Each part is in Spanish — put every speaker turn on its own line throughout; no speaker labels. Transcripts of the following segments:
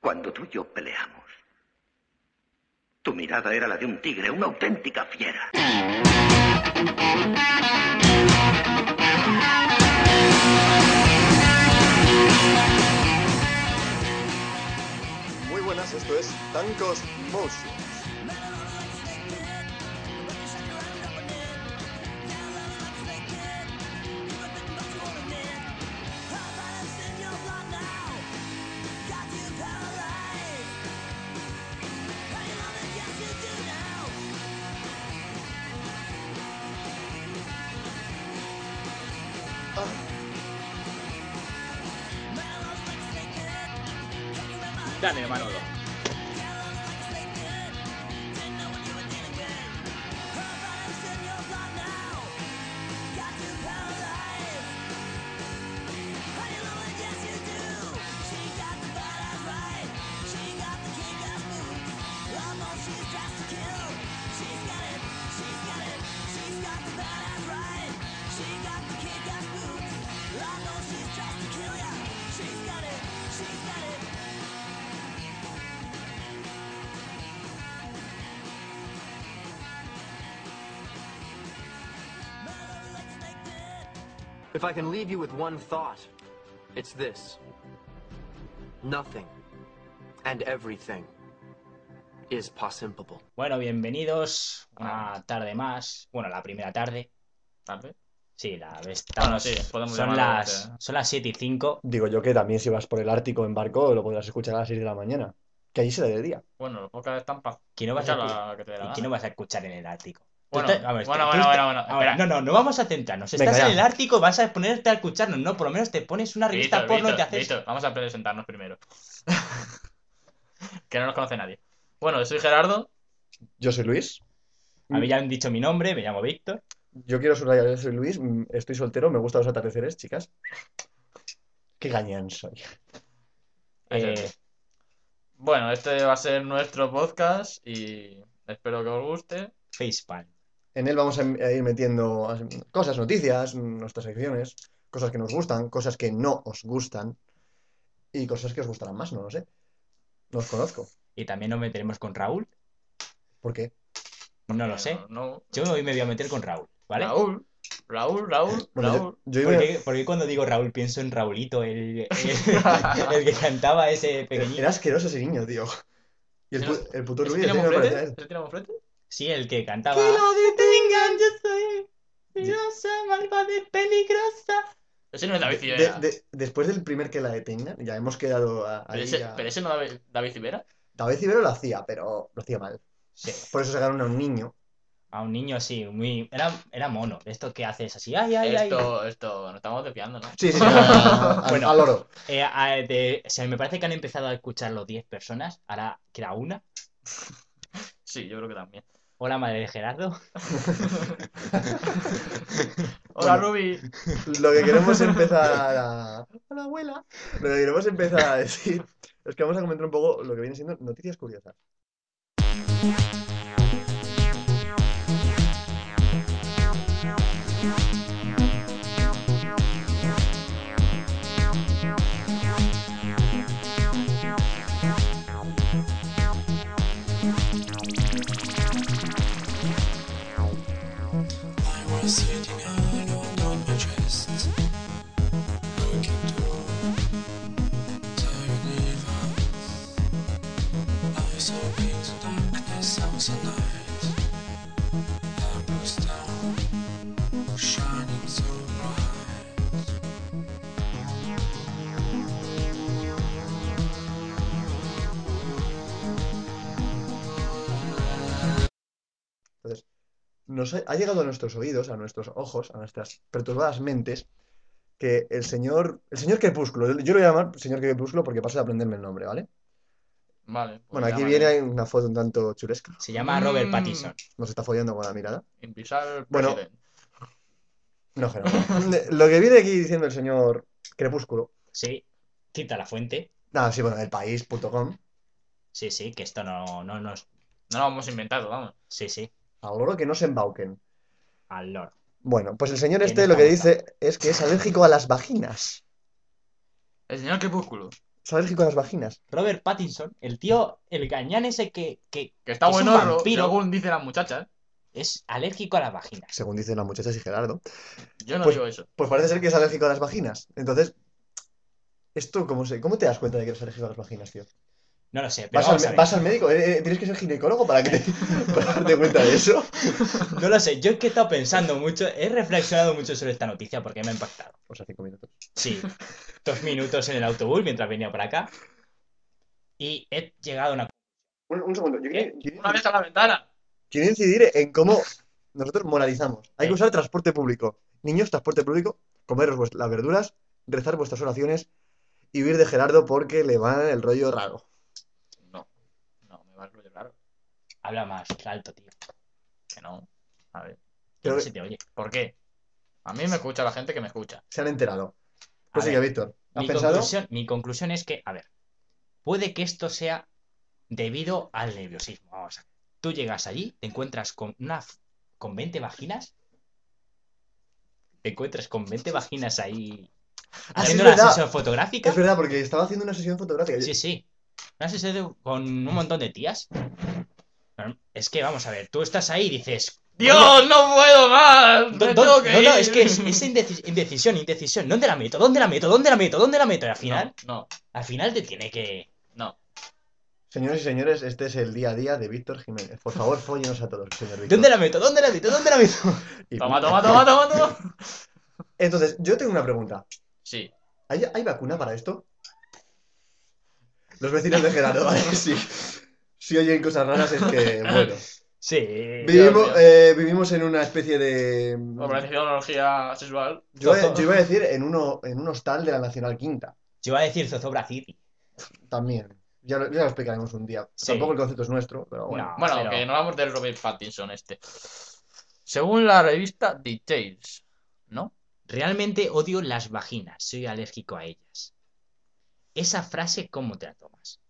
Cuando tú y yo peleamos, tu mirada era la de un tigre, una auténtica fiera.
Muy buenas, esto es Tancos Motion.
Dale, Manolo.
If I can leave you with one thought, it's this Nothing and everything is possible.
Bueno, bienvenidos una tarde más. Bueno, la primera tarde.
¿Tarde?
Sí, la
Bueno,
estamos-
sí, podemos
son
llamarlo
las,
tarde. ¿eh?
son las 7 y 5.
Digo yo que también si vas por el Ártico en barco lo podrás escuchar a las 6 de la mañana. Que allí se da de día.
Bueno, los podcasts están para
¿Quién no vas a escuchar?
que te dé la
¿Y
gana.
quién no vas a escuchar en el Ártico? Tú
Bueno,
estás- vamos,
bueno,
tú
bueno,
estás-
bueno, bueno,
Ahora,
Ah, espera.
no, no, no vamos a centrarnos.
Venga,
Estás en
ya.
el Ártico, vas a ponerte a escucharnos. No, por lo menos te pones una revista
Dieguito,
porno y te
Dieguito,
haces.
Dieguito, vamos a presentarnos primero. que no nos conoce nadie. Bueno, soy Gerardo.
Yo soy Luis.
A mí ya me han dicho mi nombre, me llamo Víctor.
Yo quiero subrayar, yo soy Luis, mm, estoy soltero, me gustan los atardeceres, chicas. Qué gañán soy.
Eh,
Ese es. Bueno, este va a ser nuestro podcast y espero que os guste.
Facepalm.
En él vamos a em, a ir metiendo as- cosas, noticias, mm, nuestras secciones, cosas que nos gustan, cosas que no os gustan y cosas que os gustarán más, no lo sé. No os conozco.
Y también nos meteremos con Raúl.
¿Por qué?
No lo
Eh,
sé.
no.
Yo hoy me voy a meter con Raúl, ¿vale?
Raúl, Raúl, Raúl,
Bueno, yo-
Raúl.
yo iba-
Porque, porque cuando digo Raúl pienso en Raulito, el, el- el que cantaba ese pequeñito.
Era asqueroso ese niño, tío. Y el,
Era-
pu- el puto
¿Ese
Luis
¿Este tiene
encima me
moflete?
parecía-
¿Ese tiene moflete?
Sí, el que cantaba.
detengan, yo
Yo-
soy. soy malvada y peligrosa. Ese no es David
De-
Civera.
de- después del primer que la detengan, ya hemos quedado a- ahí
Pero ese,
a-
pero ese no es David- David Civera.
David Ibero lo hacía, pero lo hacía mal.
Sí,
Por eso sacaron a un niño.
a un niño así, muy. Era, era mono. De esto que haces así. Ay, ay, ay.
Esto, esto, nos estamos desviando, ¿no?
Sí, sí, a- a-
Bueno.
al oro.
Eh, a- de- o sea, me parece que han empezado a escucharlo 10 personas. Ahora queda una.
Sí, yo creo que también.
Hola, madre de Gerardo.
Hola,
Bueno.
Ruby.
Lo que queremos empezar a. a la abuela. Lo que queremos empezar a decir es que vamos a comentar un poco lo que viene siendo noticias curiosas. Nos ha, ha llegado a nuestros oídos, a nuestros ojos, a nuestras perturbadas mentes, que el señor. El señor Crepúsculo. Yo lo voy a llamar señor Crepúsculo porque paso de aprenderme el nombre, ¿vale?
Vale. pues
Bueno, aquí
llámalo.
viene una foto un tanto chulesca.
Se llama Robert
Mm.
Pattinson.
Nos está follando con la mirada.
Invisible
Bueno.
President.
No, Gerardo. Lo que viene aquí diciendo el señor Crepúsculo.
Sí, cita la fuente.
Ah, sí, bueno, el país.com.
Sí, sí, que esto no, no, no es...
No lo hemos inventado, vamos.
Sí, sí,
Al loro que no se embauquen.
al loro.
Bueno, pues el señor
Que
este
no
lo que
está
dice es que es alérgico a las vaginas.
El señor Crepúsculo.
Es alérgico a las vaginas.
Robert Pattinson, el tío, el gañán ese que, que
Que está
Es un
bueno, lo-
vampiro.
según dicen las muchachas.
es alérgico a las vaginas.
Según dicen las muchachas y Gerardo.
Yo no
Pues-
digo eso.
Pues parece ser que es alérgico a las vaginas. Entonces, ¿esto cómo se, cómo te das cuenta de que eres alérgico a las vaginas, tío?
No lo sé, pero
¿Vas al,
vamos a ver.
vas al médico? Eh, eh, ¿Tienes que ser ginecólogo para que te- para darte cuenta de eso?
No lo sé, yo es que he estado pensando mucho, he reflexionado mucho sobre esta noticia porque me ha impactado.
O sea, cinco minutos.
Sí, dos minutos en el autobús mientras venía por acá. Y he llegado a una...
Un, un segundo.
¿Eh?
Yo quiero, quiero-
Una vez a la ventana.
quiero incidir en cómo nosotros moralizamos. Hay que
Sí.
usar transporte público. Niños, transporte público, comeros vuest- las verduras, rezar vuestras oraciones y huir de Gerardo porque le va el rollo raro.
No. No, me va a rollo raro.
Habla más alto, tío.
Que no. A ver.
Que
Pero-
no se te oye.
¿Por qué? A mí me escucha la gente que me escucha.
Se han enterado.
A
Pues
ver,
sigue, Víctor. ¿Has
mi,
pensado?
conclusión, mi conclusión es que, a ver, puede que esto sea debido al nerviosismo. Vamos a ver. Tú llegas allí, te encuentras con una f- con 20 vaginas. Te encuentras con 20 vaginas ahí
Ah, sí,
haciendo
es
una
verdad.
sesión fotográfica.
Es verdad, porque estaba haciendo una sesión fotográfica.
Sí, sí. Una sesión de- con un montón de tías. Pero Es que vamos a ver, tú estás ahí y dices. "Oye,
¡Dios, no puedo más!
do-
¡Me
do-
tengo que
no, no,
ir".
es que es, es indeci- indecisión, indecisión. ¿Dónde la meto? ¿Dónde la meto? ¿Dónde la meto? ¿Dónde la meto? Y al final,
No,
al final te tiene que.
no,
Señoras y señores, este es el día a día de Víctor Jiménez. Por favor, fóllenos a todos, señor Víctor.
¿Dónde la meto? ¿Dónde la meto? ¿Dónde la meto?
Y-
no. Toma, toma, toma, toma, toma.
Entonces, yo tengo una pregunta.
Sí.
¿Hay, hay vacuna para esto? Los vecinos de Gerardo, ¿vale? Sí. Si oyen cosas raras es que, bueno.
Sí.
Vivimos,
mío.
eh, vivimos en una especie de...
Organización de orgía sexual.
Yo, yo iba a decir en, uno, en un hostal de la Nacional Quinta,
Yo iba a decir Zozobra City.
también. Ya lo, ya lo explicaremos un día.
Sí.
Tampoco el concepto es nuestro, pero bueno.
No.
Bueno,
pero-
que no hablamos del Robert Pattinson este. Según la revista Details, ¿no?
Realmente odio las vaginas, soy alérgico a ellas. Esa frase, ¿cómo te la tomas?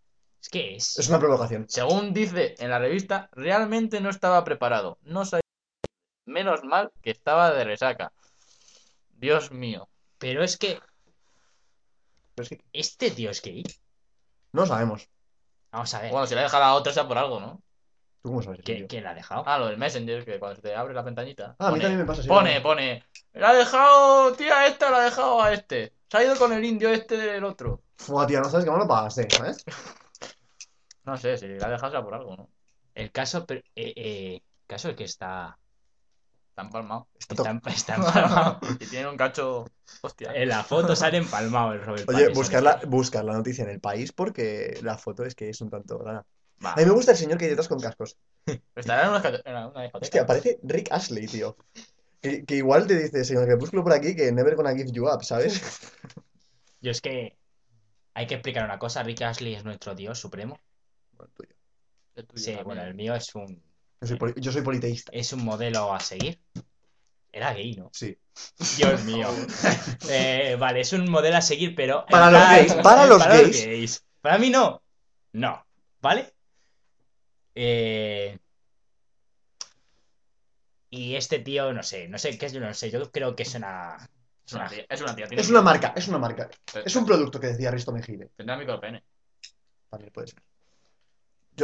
Es que es.
Es una provocación.
Según dice en la revista, realmente no estaba preparado. No sabía. Menos mal que estaba de resaca. Dios mío.
Pero es que.
Pero es que
Este tío es gay.
no sabemos.
Vamos a ver.
Bueno, si la deja la otra sea por algo, ¿no?
¿Tú cómo sabes?
¿Qué-
tío?
¿Quién la ha dejado?
Ah, lo del Messenger, que cuando se te abre la ventanita.
Ah, a mí
pone-
también me pasa. sí,
Pone,
también.
pone. La ha dejado, tía, esta la ha dejado a este. Se ha ido con el indio este del otro.
Buah, tío, no sabes que me lo pagaste, ¿sabes?
No sé, si la ha dejado sea por algo, ¿no?
El caso, pero, eh, eh, el caso es que está,
Está empalmado.
está, está empalmado.
y tiene un cacho. Hostia.
Eh,
En la foto sale empalmado el Robert
Oye,
Pattinson.
buscar la, buscar la noticia en el país porque la foto es que es un tanto rara.
Va.
A mí me gusta el señor que hay detrás con cascos.
Estará en una, escate- en una discoteca.
Hostia, parece Rick Ashley, tío. Que, que igual te dice, señor Crepúsculo por aquí, que never gonna give you up, ¿sabes?
Yo es que hay que explicar una cosa. Rick Ashley es nuestro dios supremo.
Bueno, tuyo.
El tuyo
Sí,
también.
bueno, el mío es un,
Yo soy, poli- yo soy politeísta.
es un modelo a seguir. Era gay, ¿no?
Sí.
Dios mío. Eh, vale, es un modelo a seguir, pero. eh,
Para los gays, para los gays.
Para mí no. No. ¿Vale? Eh, Y este tío, no sé, no sé qué es, yo no sé. Yo creo que es una.
Es una tía. Es una tía. tiene
Es
un-
una marca, es una marca.
Pero-
Es un producto que decía Risto Mejide.
Tendrá micropene.
También puede ser. pues,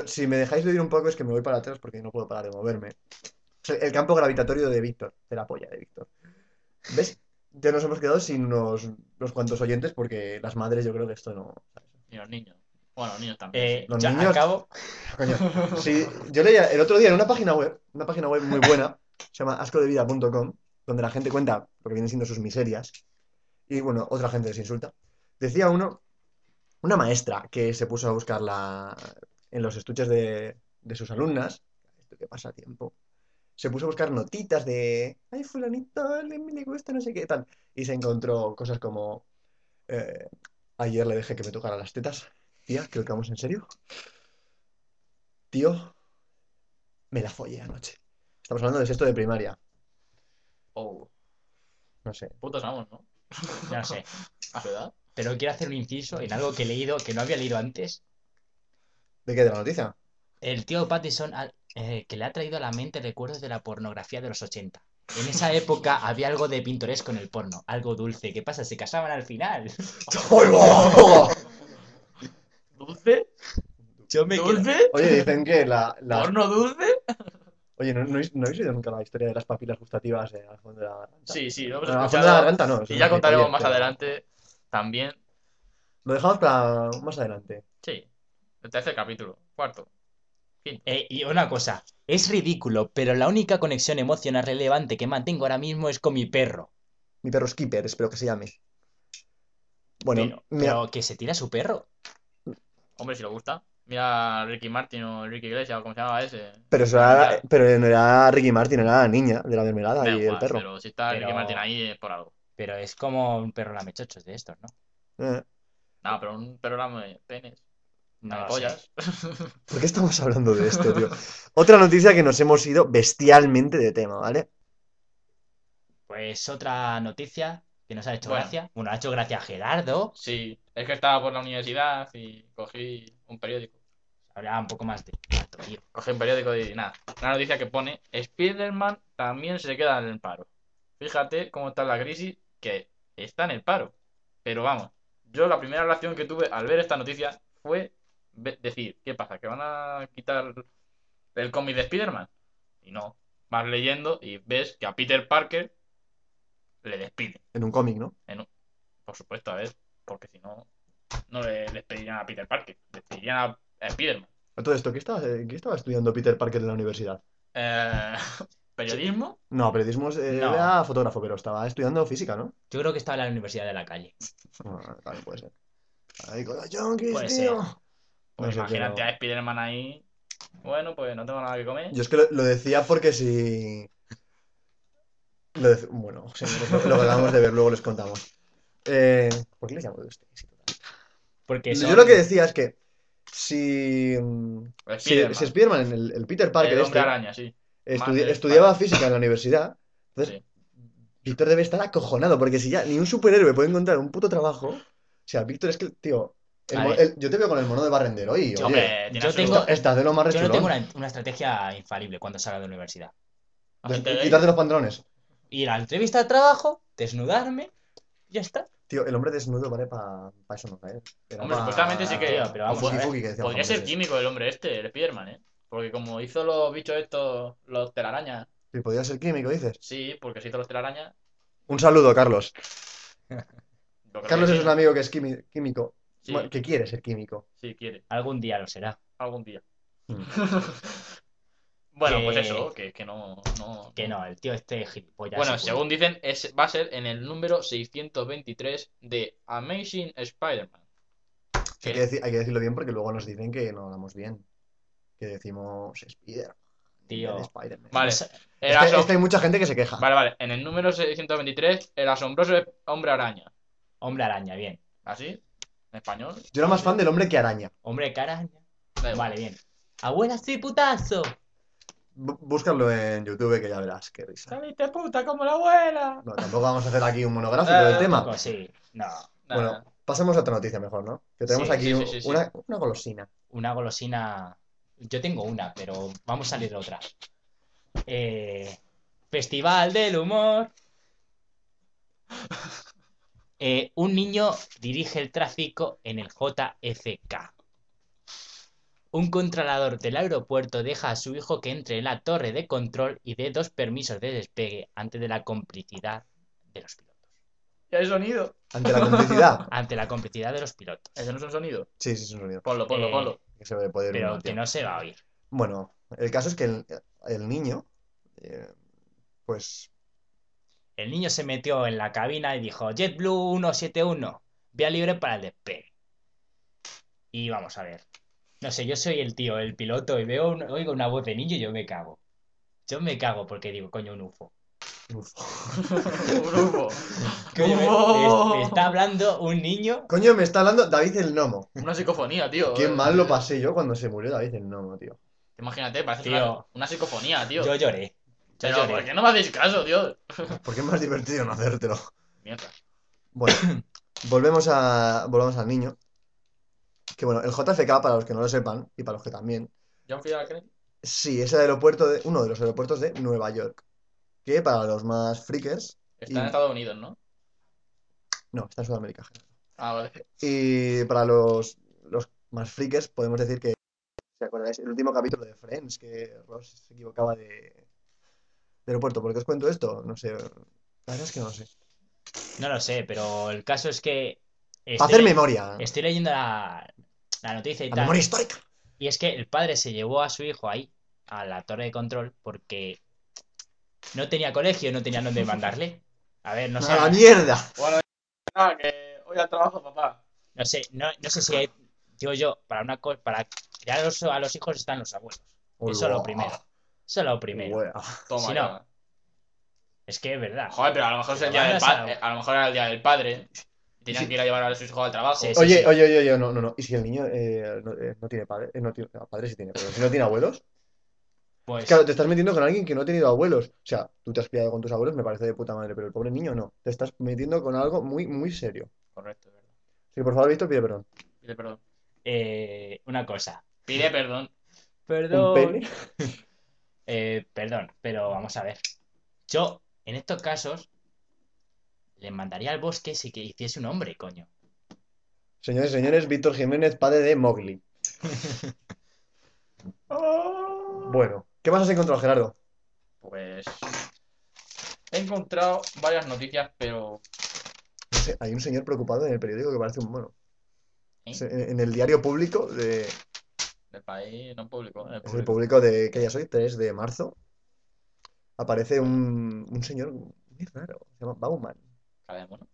Yo, si me dejáis de ir un poco es que me voy para atrás porque no puedo parar de moverme. O sea, El campo gravitatorio de Víctor, de la polla de Víctor. ¿Ves? Ya nos hemos quedado sin unos, unos cuantos oyentes porque las madres yo creo que esto no...
Y los niños. Bueno, los niños también.
Eh,
Los
ya
niños-
acabo.
Coño, sí, yo leía el otro día en una página web, una página web muy buena, se llama ascodevida.com, donde la gente cuenta lo que vienen siendo sus miserias y, bueno, otra gente les insulta. Decía uno, una maestra que se puso a buscarla en los estuches de, de sus alumnas, esto que pasa tiempo, se puso a buscar notitas de, ay, fulanito, le, le gusta, no sé qué, tal, y se encontró cosas como, eh, ayer le dejé que me tocara las tetas, tía, creo que vamos en serio. Tío, me la follé anoche. Estamos hablando de sexto de primaria.
Oh,
No sé.
putos amos, ¿no?
Ya lo sé.
Ah.
¿A su edad?
Pero quiero hacer un inciso en algo que he leído, que no había leído antes.
¿De qué? ¿De la noticia?
El tío Pattison, ha- eh, que le ha traído a la mente recuerdos de la pornografía de los 80. En esa época había algo de pintoresco en el porno, algo dulce. ¿Qué pasa? Se casaban al final.
¿Dulce?
Yo me quedo-
¿Dulce?
Oye, dicen que la, la-
¿Porno dulce?
Oye, ¿no, no, habéis- no habéis oído nunca la historia de las papilas gustativas eh, al fondo de la garganta?
Sí, sí, lo hemos
Bueno, al fondo de la
escuchado.
garganta Pues no. eso
Y
es
ya
una-
contaremos
oye,
más
pero
adelante también.
Lo dejamos para más adelante.
Sí, el tercer capítulo, cuarto.
Eh, y una cosa, es ridículo, pero la única conexión emocional relevante que mantengo ahora mismo es con mi perro.
Mi perro Skipper, espero que se llame. Bueno,
Pero,
mira,
pero que se tira a su perro.
Hombre, si lo gusta. Mira a Ricky Martin o Ricky Iglesias o como se llamaba ese.
pero eso era-
Ya.
pero no era Ricky Martin, era la niña de la mermelada
Da
y el
igual,
perro.
pero si está Ricky
Pero-
Martin ahí es por algo.
Pero es como un perro lamechochos de estos, ¿no?
Eh,
No, pero un perro lame penes,
No
lame
lo sé.
pollas.
¿Por qué estamos hablando de esto, tío? Otra noticia que nos hemos ido bestialmente de tema, ¿vale?
Pues otra noticia que nos ha hecho
Bueno.
gracia. Bueno, ha hecho gracia a Gerardo.
Sí, es que estaba por la universidad y cogí un periódico.
Hablaba un poco más de alto, tío.
Cogí un periódico y nada. Una noticia que pone: Spiderman también se queda en el paro. Fíjate cómo está la crisis, que está en el paro. Pero vamos, yo la primera reacción que tuve al ver esta noticia fue ve- decir: ¿Qué pasa? ¿Que van a quitar el cómic de Spiderman? Y no. Vas leyendo y ves que a Peter Parker le despiden.
En un cómic, ¿no?
Por supuesto, a ver, porque si no, no le despedirían a Peter Parker, despedirían a a Spiderman.
A todo esto, ¿qué estaba, eh, qué estaba estudiando Peter Parker en la universidad?
Eh, ¿Periodismo?
No, periodismo eh,
No.
era fotógrafo, pero estaba estudiando física, ¿no?
Yo creo que estaba en la universidad de la calle.
Ah, también puede ser. Ahí con los yonkis,
Puede
tío.
ser.
Pues
No sé,
imagínate
pero-
a Spiderman ahí. Bueno, pues no tengo nada que comer.
Yo es que lo, lo decía porque si. Lo dec- Bueno, sí, lo, lo que acabamos de ver, luego les contamos. Eh, ¿por qué les llamo de ustedes? Si total-
Porque
Yo
son-
lo que decía es que si. mm, Si,
Spiderman,
si Spiderman, el, el Peter Parker,
el
este,
hombre araña, sí.
estudi-
Madre
estudiaba física en la universidad, entonces
Sí.
Víctor debe estar acojonado, porque si ya ni un superhéroe puede encontrar un puto trabajo, o sea, Víctor es que, tío, el
A
mo-
ver.
el- yo te veo con el mono de barrendero y,
Yo-
oye,
Hombre, tiene
yo
su-
tengo-
esta- estás de lo más
Yo no
rechulón.
tengo una, una estrategia infalible cuando salga de la universidad.
De-
Agente de-
Quitarte los pantalones.
Ir a la entrevista de trabajo, desnudarme, y ya está.
Tío, el hombre desnudo vale para eso no caer. Era
Hombre,
pa-
supuestamente sí que-
Tío, pero vamos a
Fuki
ver.
Fuki que decían
Podría
los
ser
japoneses.
químico el hombre este, el Spiderman, ¿eh? Porque como hizo los bichos estos, los telarañas.
Sí, podría ser químico, dices.
Sí, porque se hizo los telarañas.
Un saludo, Carlos.
yo creo
Carlos
que
es
sí.
un amigo que es quimi- químico,
Sí,
bueno, que quiere ser químico.
sí, quiere.
Algún día lo será.
Algún día.
Mm.
Bueno,
Que-
pues eso, que, que no, no.
Que no, el tío este gilipollas.
Bueno,
se
según dicen, es, va a ser en el número 623 de Amazing Spider-Man.
Sí, Hay que, deci- hay que decirlo bien porque luego nos dicen que no hablamos bien. Que decimos Spider.
Tío.
Spider-Man.
Vale,
Es-
el
Es que,
asom-
es que hay mucha gente que se queja.
Vale, vale. En el número 623, el asombroso hombre araña.
Hombre araña, bien.
¿Así? ¿En español?
Yo era más fan del hombre que araña.
Hombre caraña.
Da igual.
Vale, bien. Abuela, sí, putazo.
Bu- Búscalo en YouTube que ya verás, qué risa.
Saliste puta como la abuela.
No, tampoco vamos a hacer aquí un monográfico
Eh,
del tema.
Poco, Pues sí. No.
Nah,
Bueno, pasemos a otra noticia mejor, ¿no? Que tenemos
Sí,
aquí
sí,
un-
sí, sí, sí.
Una, una golosina.
Una golosina. Yo tengo una, pero vamos a leer otra. Eh, Festival del humor. Eh, un niño dirige el tráfico en el JFK. Un controlador del aeropuerto deja a su hijo que entre en la torre de control y dé dos permisos de despegue antes de la complicidad de los pilotos.
¿Y hay sonido?
Ante la complicidad.
Ante la complicidad de los pilotos.
¿Eso no es un sonido?
Sí, sí, es un sonido.
Ponlo, ponlo,
Eh,
ponlo.
Que se puede oír
Pero
un
que
montón.
no se va a oír.
Bueno, el caso es que el, el niño, eh, pues,
El niño se metió en la cabina y dijo, JetBlue 171, vía libre para el despegue. Y vamos a ver. No sé, yo soy el tío, el piloto, y veo un- oigo una voz de niño y yo me cago. Yo me cago porque digo, coño, un UFO.
uf.
un UFO.
Coño, me-
¡Oh!
me, me está hablando un niño.
Coño, me está hablando David el Nomo.
Una psicofonía, tío.
Qué
Eh,
mal lo pasé yo cuando se murió David el Nomo, tío.
Imagínate, parece
Tío.
una, una psicofonía, tío.
Yo lloré. Yo
Pero,
lloré.
¿por qué no me hacéis caso, tío?
Porque es más divertido no hacértelo.
Mierda.
Bueno, volvemos, a, volvemos al niño. Que bueno, el JFK, para los que no lo sepan, y para los que también,
Yo fui a la cre-
sí, es el aeropuerto de, uno de los aeropuertos de Nueva York. Que para los más freakers,
Está en
Y-
Estados Unidos, ¿no?
no, está en Sudamérica. Gerardo.
Ah, vale.
Y para los, los más freakers, podemos decir que. ¿Se acordáis? El último capítulo de Friends, que Ross se equivocaba de, de aeropuerto. ¿Por qué os cuento esto? No sé. La verdad es que no sé.
No lo sé, pero el caso es que.
Para
Estoy,
hacer memoria.
estoy leyendo la, la noticia y
La
tal.
memoria histórica.
Y es que el padre se llevó a su hijo ahí, a la torre de control, porque no tenía colegio, no tenía dónde mandarle. A ver, no sé.
¡A la mierda!
Bueno, ah, que hoy al trabajo, papá.
No sé, no, no sé si hay- digo yo, para una cosa, para criar a los, a los hijos están los abuelos. Eso es lo
Uah,
primero. Eso es lo primero.
uah.
Toma,
Si no.
ya.
Es que es verdad.
Joder, pero a lo mejor es el
Pero
día del
mandas a-
padre. A lo mejor era el día del padre. Tenían
Sí.
que ir a llevar a sus hijos al trabajo.
Sí, sí.
Oye, oye, oye, oye, no, no, no. ¿Y si el niño eh, no, eh, no tiene padre? eh, no tiene, no, padre sí tiene, pero si no tiene abuelos.
Pues
Claro, te estás metiendo con alguien que no ha tenido abuelos. O sea, tú te has pillado con tus abuelos, me parece de puta madre, pero el pobre niño no. Te estás metiendo con algo muy, muy serio.
Correcto, es verdad.
Así que por favor, Víctor, pide perdón.
Pide perdón.
eh, una cosa.
Pide perdón.
¿Un
Perdón.
pene?
Eh, perdón, pero vamos a ver. Yo, en estos casos, le mandaría al bosque si que hiciese un hombre, coño.
Señores y señores, Víctor Jiménez, padre de Mowgli. Bueno, ¿qué más has encontrado, Gerardo?
Pues. He encontrado varias noticias, pero.
No sé, hay un señor preocupado en el periódico que parece un mono.
¿eh?
Se- En en el diario público de,
Del país no público. ¿eh? Del
Es el
público.
público de que ya soy, 3 de marzo. Aparece un, un señor muy raro. Se llama Bauman.
Cara de mono.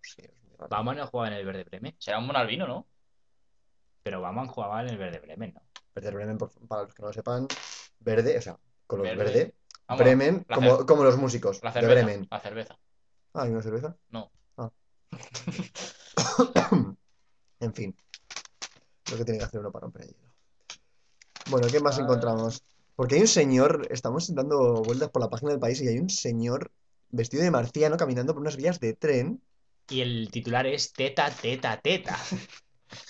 Sí, es muy raro.
Bauman no jugaba en el Verde Bremen,
Será un mono albino, ¿no?
pero Bauman jugaba en el Verde Bremen, ¿no?
Verde Bremen, por- para los que no lo sepan, verde, o sea, color
Verde.
verde.
Vamos,
Bremen,
la
como,
cer-
como los músicos
La
de
cerveza.
Bremen.
La cerveza.
Ah, ¿hay una cerveza?
No.
Ah. en fin. Lo que tiene que hacer uno para romper el hielo. Bueno, ¿qué más
Ah.
encontramos? Porque hay un señor, estamos dando vueltas por la página del país y hay un señor vestido de marciano caminando por unas vías de tren.
Y el titular es Teta, Teta, Teta.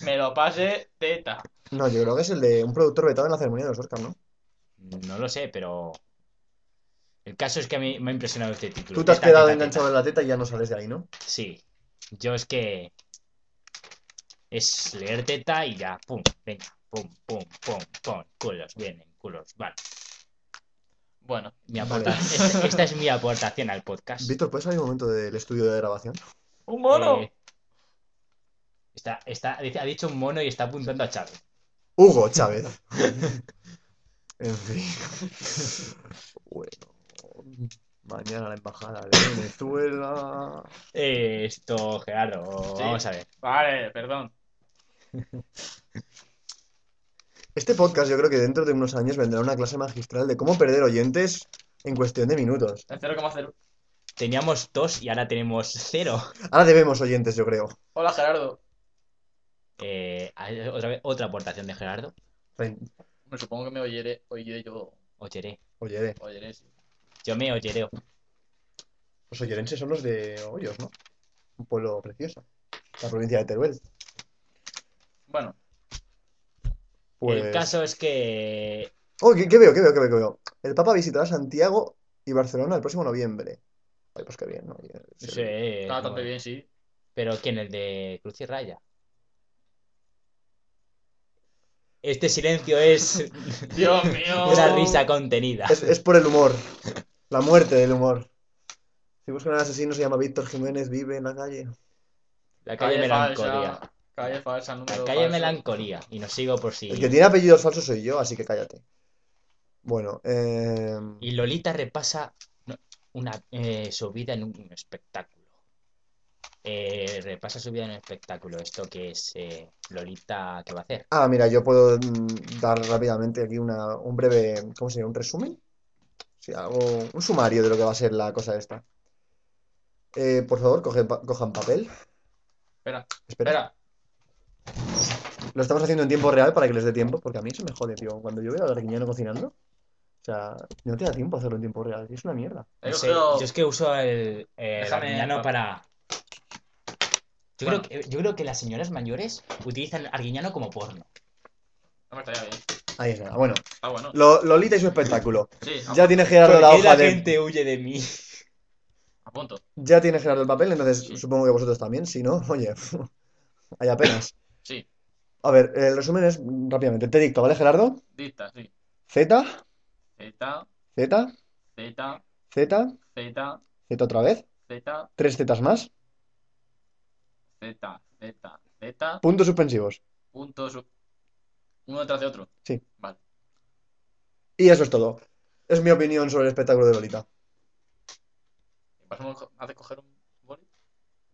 Me lo pase teta.
No, yo creo que es el de un productor vetado en la ceremonia de los Oscars, ¿no?
No lo sé, pero. El caso es que a mí me ha impresionado este título.
Tú te has
Teta,
quedado
teta,
enganchado en la teta y ya no sales de ahí, ¿no?
teta. Sí. Yo es que. Es leer teta y ya. Pum, venga. Pum, pum, pum, pum. Culos, vienen, culos, van.
Bueno,
Mi
Vale.
aporta- esta, esta es mi aportación al podcast.
Víctor, ¿puedes salir un momento del estudio de grabación?
un mono.
Eh, está, está, dice- ha dicho un mono y está apuntando a Chávez.
Hugo Chávez. en fin. Bueno. Mañana la embajada de Venezuela.
Eh, esto, Gerardo,
Sí.
vamos a ver.
Vale, perdón.
Este podcast, yo creo que dentro de unos años vendrá una clase magistral de cómo perder oyentes en cuestión de minutos.
El 0,0.
Teníamos dos y ahora tenemos cero.
Ahora debemos oyentes, yo creo.
Hola, Gerardo.
Eh, hay otra, vez- otra aportación de Gerardo.
Me supongo que me oyeré. Oye, yo.
Oyeré.
Oye,
Oyeré, sí.
Yo me oyereo.
Los oyerenses son los de Hoyos, ¿no? Un pueblo precioso. La provincia de Teruel.
Eh,
Bueno,
Pues...
El caso es que.
Oh, ¿qué, qué veo? ¿Qué veo? ¿Qué veo? ¿Qué veo? El Papa visitará Santiago y Barcelona el próximo noviembre. Ay, pues qué bien, ¿no? Ya es
Sí,
el-
está bastante
bueno.
bien, sí.
eh, Pero ¿quién? El de Cruz y Raya. Este silencio es
Dios mío.
una risa contenida.
Es, es por el humor. La muerte del humor. Si buscan al asesino, se llama Víctor Jiménez, vive en la calle.
La calle melancolía.
falsa. Calle falsa, número
La calle
falso.
melancolía. Y nos sigo por si.
El que tiene apellidos falsos soy yo, así que cállate. Bueno, eh...
Y Lolita repasa una, eh, su vida en un espectáculo. Eh, repasa su vida en un espectáculo. Esto que es eh, Lolita, ¿qué va a hacer?
Ah, mira, yo puedo mm, dar rápidamente aquí una, un breve, ¿cómo sería? ¿Un resumen? Sí, algo, un sumario de lo que va a ser la cosa esta. Eh, por favor, coge pa- cojan papel.
Espera,
Espera.
espera.
Lo estamos haciendo en tiempo real para que les dé tiempo, porque a mí eso me jode, tío. Cuando yo veo a Darquiñano cocinando, o sea, no te da tiempo a hacerlo en tiempo real, tío, es una mierda.
Yo
No sé,
creo-
yo es que uso el, el
Déjame
arguiñano
en paz.
para. Yo,
Bueno.
creo que, yo creo que las señoras mayores utilizan arguiñano como porno.
No me estaría bien.
Ahí es nada. Bueno,
Está bueno.
lo- Lolita y su espectáculo.
Sí, a-
Ya tiene Gerardo la
Porque la
hoja de.
gente huye de mí.
a punto.
Ya tiene Gerardo el papel, entonces
Sí.
supongo que vosotros también. Si no, oye, hay apenas.
Sí,
A ver, el resumen es mm, rápidamente. Te dicto, ¿vale, Gerardo?
dicta, sí.
Z,
Z,
Z,
Z,
Z,
Z,
Z otra vez.
Z,
Tres zetas más.
Z, Z, Z,
Puntos suspensivos.
punto sub- Uno tras de otro.
Sí.
Vale.
Y eso es todo. Es mi opinión sobre el espectáculo de Lolita.
¿Pasamos a de coger un boli?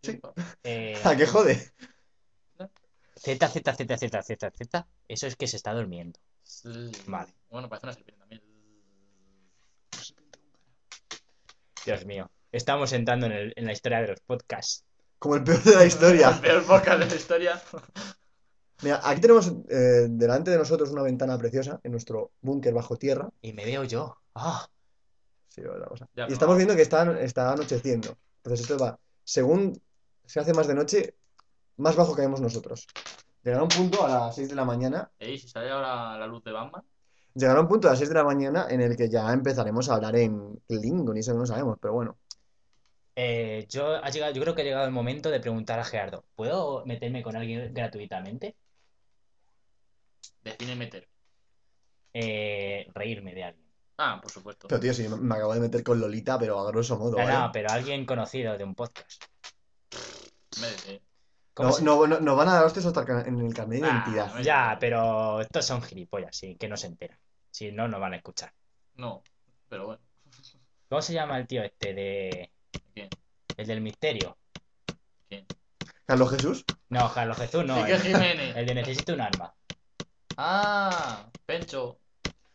Sí.
Eh,
¿A Ah, qué jode?
Z, Z, Z, Z, Z, Z. Eso es que se está durmiendo. Vale.
Bueno, parece una serpiente también.
Dios mío. Estamos entrando en, el- en la historia de los podcasts.
Como el peor de la historia.
El peor podcast de la historia.
Mira, aquí tenemos eh, delante de nosotros una ventana preciosa en nuestro búnker bajo tierra.
Y me veo yo. ¡Ah!
Sí, otra cosa.
Ya,
Y
pero-
estamos viendo que está, está anocheciendo. Entonces esto va, según se hace más de noche, más bajo caemos nosotros. Llegará un punto a las 6 de la mañana,
Ey, si sale ahora la luz de Batman.
llegará un punto a las 6 de la mañana en el que ya empezaremos a hablar en Klingon y eso no lo sabemos, pero bueno.
Eh, yo, ha llegado, yo creo que ha llegado el momento de preguntar a Gerardo, ¿puedo meterme con alguien gratuitamente?
Define meter.
Eh, reírme de alguien.
Ah, por supuesto.
Pero tío, sí, me- me acabo de meter con Lolita, pero a grosso modo, ¿eh?
No,
¿vale?
no, pero alguien conocido de un podcast.
Métete.
¿Cómo
No-
se-
no- no- nos van a dar hostias hasta ca- en el carnet de
Ah,
identidad.
no.
Ya, pero estos son gilipollas, sí, que no se enteran. Si no, no van a escuchar.
No, pero bueno.
¿Cómo se llama el tío este de...
¿Quién?
El del misterio.
Carlos Jesús,
No, Carlos Jesús, no.
Quique
El,
Jiménez.
el de Necesito un arma.
Ah, Pencho.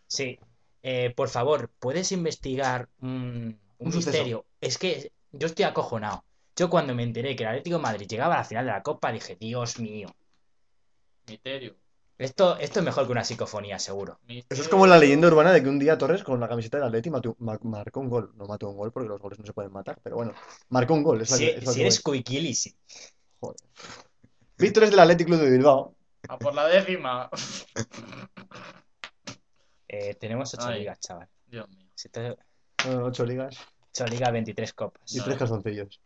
Sí. Eh, por favor, ¿puedes investigar un, un
Un suceso.
misterio? Es que yo estoy acojonado. Yo cuando me enteré que el Atlético de Madrid llegaba a la final de la Copa, dije, Dios mío,
Misterio.
esto, esto es mejor que una psicofonía, seguro.
eso es como la leyenda urbana de que un día Torres con la camiseta del Atleti mató- ma- marcó un gol. No mató un gol porque los goles no se pueden matar, pero bueno, marcó un gol. Es la
Si,
que- es la
si
que voy.
eres cuiquili, sí.
Víctor es del Athletic Club de Bilbao.
A Ah, por la décima.
Eh, tenemos ocho
Ay.
ligas, chaval.
Dios mío.
Si te-
Bueno, ocho ligas
Ocho ligas, 23 copas.
y
No.
tres calzoncillos.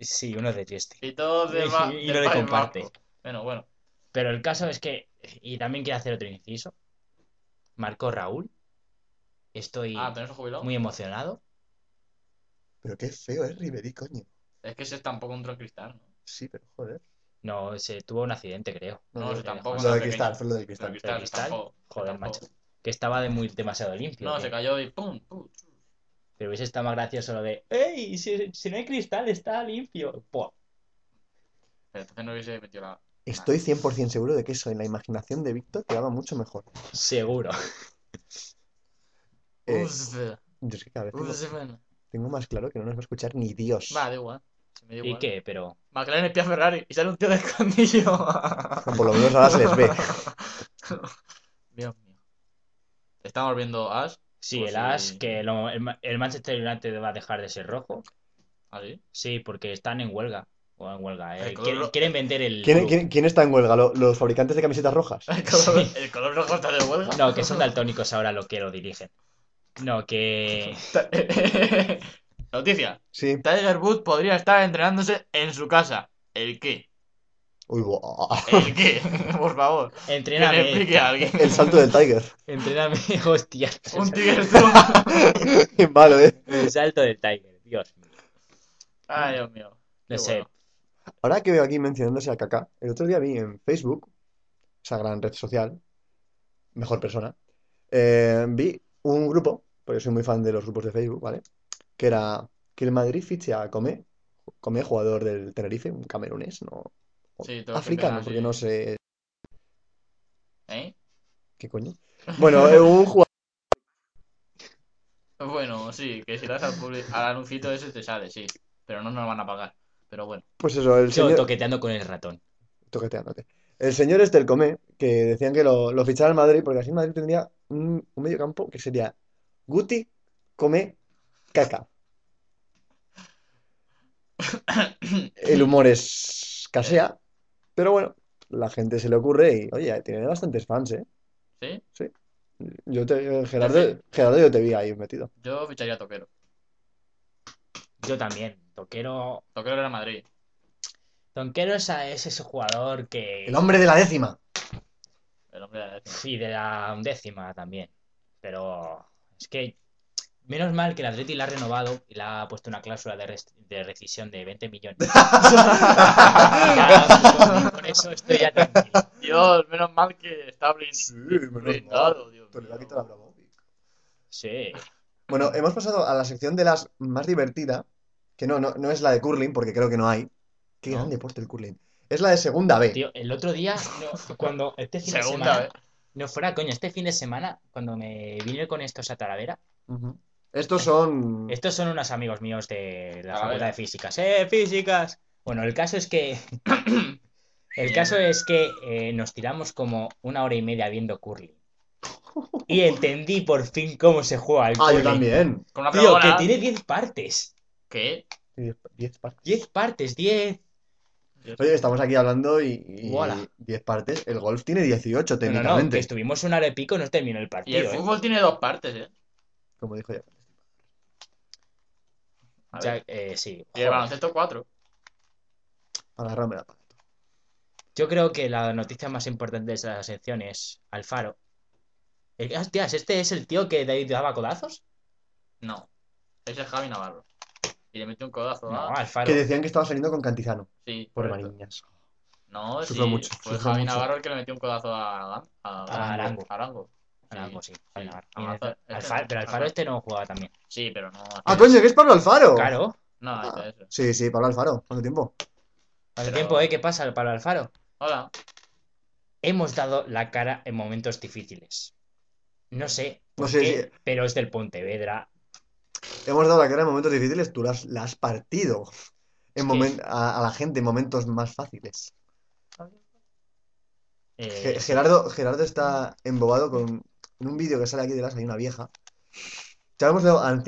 Sí, uno de Trieste.
Y todos de
Y- y no le comparte.
Bueno, bueno.
Pero el caso es que, y también quiero hacer otro inciso, marcó Raúl. Estoy
Ah, ¿tenés un jubilado?
muy emocionado.
Pero qué feo es Ribery, coño.
Es que ese tampoco entró en cristal, ¿no?
Sí, pero joder.
No, se tuvo un accidente, creo. Eh,
No,
no,
ese
pero-
tampoco.
Lo
no,
de
pequeño.
cristal, fue lo del
Pero
cristal.
cristal,
Cristal,
tampoco.
Joder,
Oh, tampoco.
macho. Que estaba de muy demasiado limpio.
No,
que-
se cayó y pum, pum.
Pero hubiese estado más gracioso lo de, ¡Ey! Si, si no hay cristal, está limpio. Buah.
Pero entonces no hubiese metido la.
Estoy 100% seguro de que eso en la imaginación de Víctor quedaba mucho mejor.
Seguro.
Eh,
Uf,
yo es que cada vez tengo,
uf, bueno.
tengo más claro que no nos va a escuchar ni Dios.
Va, da igual. Se me da
¿Y
igual.
qué? Pero
McLaren espía a Ferrari y sale un tío de escondillo.
Bueno, Por lo menos ahora se les ve.
Dios mío. Estamos viendo Ash.
sí,
Pues
el As,
sí.
que lo- el, Ma- el Manchester United va a dejar de ser rojo.
¿Ah, sí?
Sí, porque están en huelga. O en huelga. eh,
El color
quieren,
ro-
quieren vender el
¿Quién,
club.
quién- quién está en huelga? ¿Lo- ¿Los fabricantes de camisetas rojas?
El color, el color rojo está de huelga.
No, que son daltónicos ahora los que lo dirigen. No, que...
Noticia.
Sí.
Tiger Woods podría estar entrenándose en su casa. ¿El qué?
Uy, buah.
¿El qué? Por favor. Que me
Entrename,
explique a alguien.
El salto del Tiger.
entrename, hostia.
Un Tiger Zoom.
Qué malo, ¿eh?
El salto del Tiger, Dios mío.
Ay, Dios mío.
No
Qué
sé,
bueno.
Ahora que veo aquí mencionándose a Kaká, el otro día vi en Facebook, esa gran red social, mejor persona, eh, vi un grupo, porque soy muy fan de los grupos de Facebook, ¿vale? Que era que el Madrid fiche a Comé, Comé, jugador del Tenerife, un camerunés, no,
Sí, todo
africano, porque no
sé.
sé
¿Eh?
qué coño. Bueno, eh, un jugador,
Bueno, sí, que si le das al, publi- al anuncito ese te sale, sí. Pero no nos lo van a pagar. Pero bueno.
pues eso, el
yo
señor,
toqueteando con el ratón.
toqueteándote. El señor este, el Comé, que decían que lo, lo fichara al Madrid, porque así Madrid tendría un, un medio campo que sería Guti, Comé, Caca. El humor es casea, pero bueno, la gente se le ocurre y, oye, tiene bastantes fans, ¿eh?
¿Sí?
Yo te, Gerardo, Gerardo, yo te vi ahí metido.
Yo ficharía a Toquero.
Yo también. Toquero.
Toquero era Madrid.
Toquero es, es ese jugador que.
El hombre de la décima.
El hombre de la décima.
Sí, de la undécima también. Pero es que menos mal que el Atleti la ha renovado y le ha puesto una cláusula de, res- de rescisión de 20 millones. Ya, con, con eso estoy ya tranquilo.
Dios, menos mal que está blind-
Sí, menos mal.
blindado, Dios
Pero Pues le
mío.
ha quitado la Abramovich.
Sí.
Bueno, hemos pasado a la sección de las más divertida, que no, no, no es la de curling, porque creo que no hay. Qué
No.
gran deporte el curling. Es la de segunda B.
Tío, el otro día, no, cuando este fin de
Segunda
semana.
vez.
No fuera, coño, este fin de semana, cuando me vine con estos a Talavera,
Ujú. Estos son.
Estos son unos amigos míos de la
Ah,
facultad
vale.
de físicas. ¡Eh, físicas! Bueno, el caso es que. el caso es que eh, nos tiramos como una hora y media viendo curling. Y entendí por fin cómo se juega el
Ah, yo
curling.
también.
Con una
Tío, que
pregunta.
tiene 10 partes.
¿Qué?
Diez- diez partes.
10 partes, 10.
Oye, estamos aquí hablando y, y
Mola.
10 partes. El golf tiene 18
No, no, no,
técnicamente,
que estuvimos una hora y pico, no terminó el
Y el
partido. ¿eh?
fútbol tiene dos partes, ¿eh?
como dijo ya.
A
O sea,
ver.
eh, sí.
Y el
joder.
baloncesto cuatro.
Agarrarme la pata.
Yo creo que la noticia más importante de esa sección es Alfaro. Eh, Hostias, ¿este es el tío que David daba codazos?
No. Ese es Javi Navarro. Y le metió un codazo
No,
a.
Alfaro.
Que decían que estaba saliendo con Cantizano,
Sí.
por
correcto.
Mariñas.
No,
Sufrió
sí.
mucho,
Fue
sufrió
Javi
mucho.
Navarro el que le metió un codazo a. a,
A Arango.
Arango. Sí,
Arango, sí.
sí.
Navarro.
Alfaro,
Alfaro-
este no.
Alfaro- pero Alfaro
Alfaro.
este no jugaba también.
Sí, pero no.
¡Ah, coño, que es Pablo Alfaro!
Claro.
No,
Ah,
hizo eso.
Sí, sí, Pablo Alfaro. ¿Cuánto tiempo?
Hace
Pero-
tiempo, ¿eh? ¿Qué pasa, Pablo Alfaro?
Hola.
Hemos dado la cara en momentos difíciles. No sé
No
por
sé
qué, pero es del Pontevedra.
Hemos dado la cara en momentos difíciles, tú la has, la has partido en
que-
momen- a, a la gente en momentos más fáciles.
Eh,
Ge- Eh, Gerardo, Gerardo está embobado con en un vídeo que sale aquí de las hay una vieja. Llamamos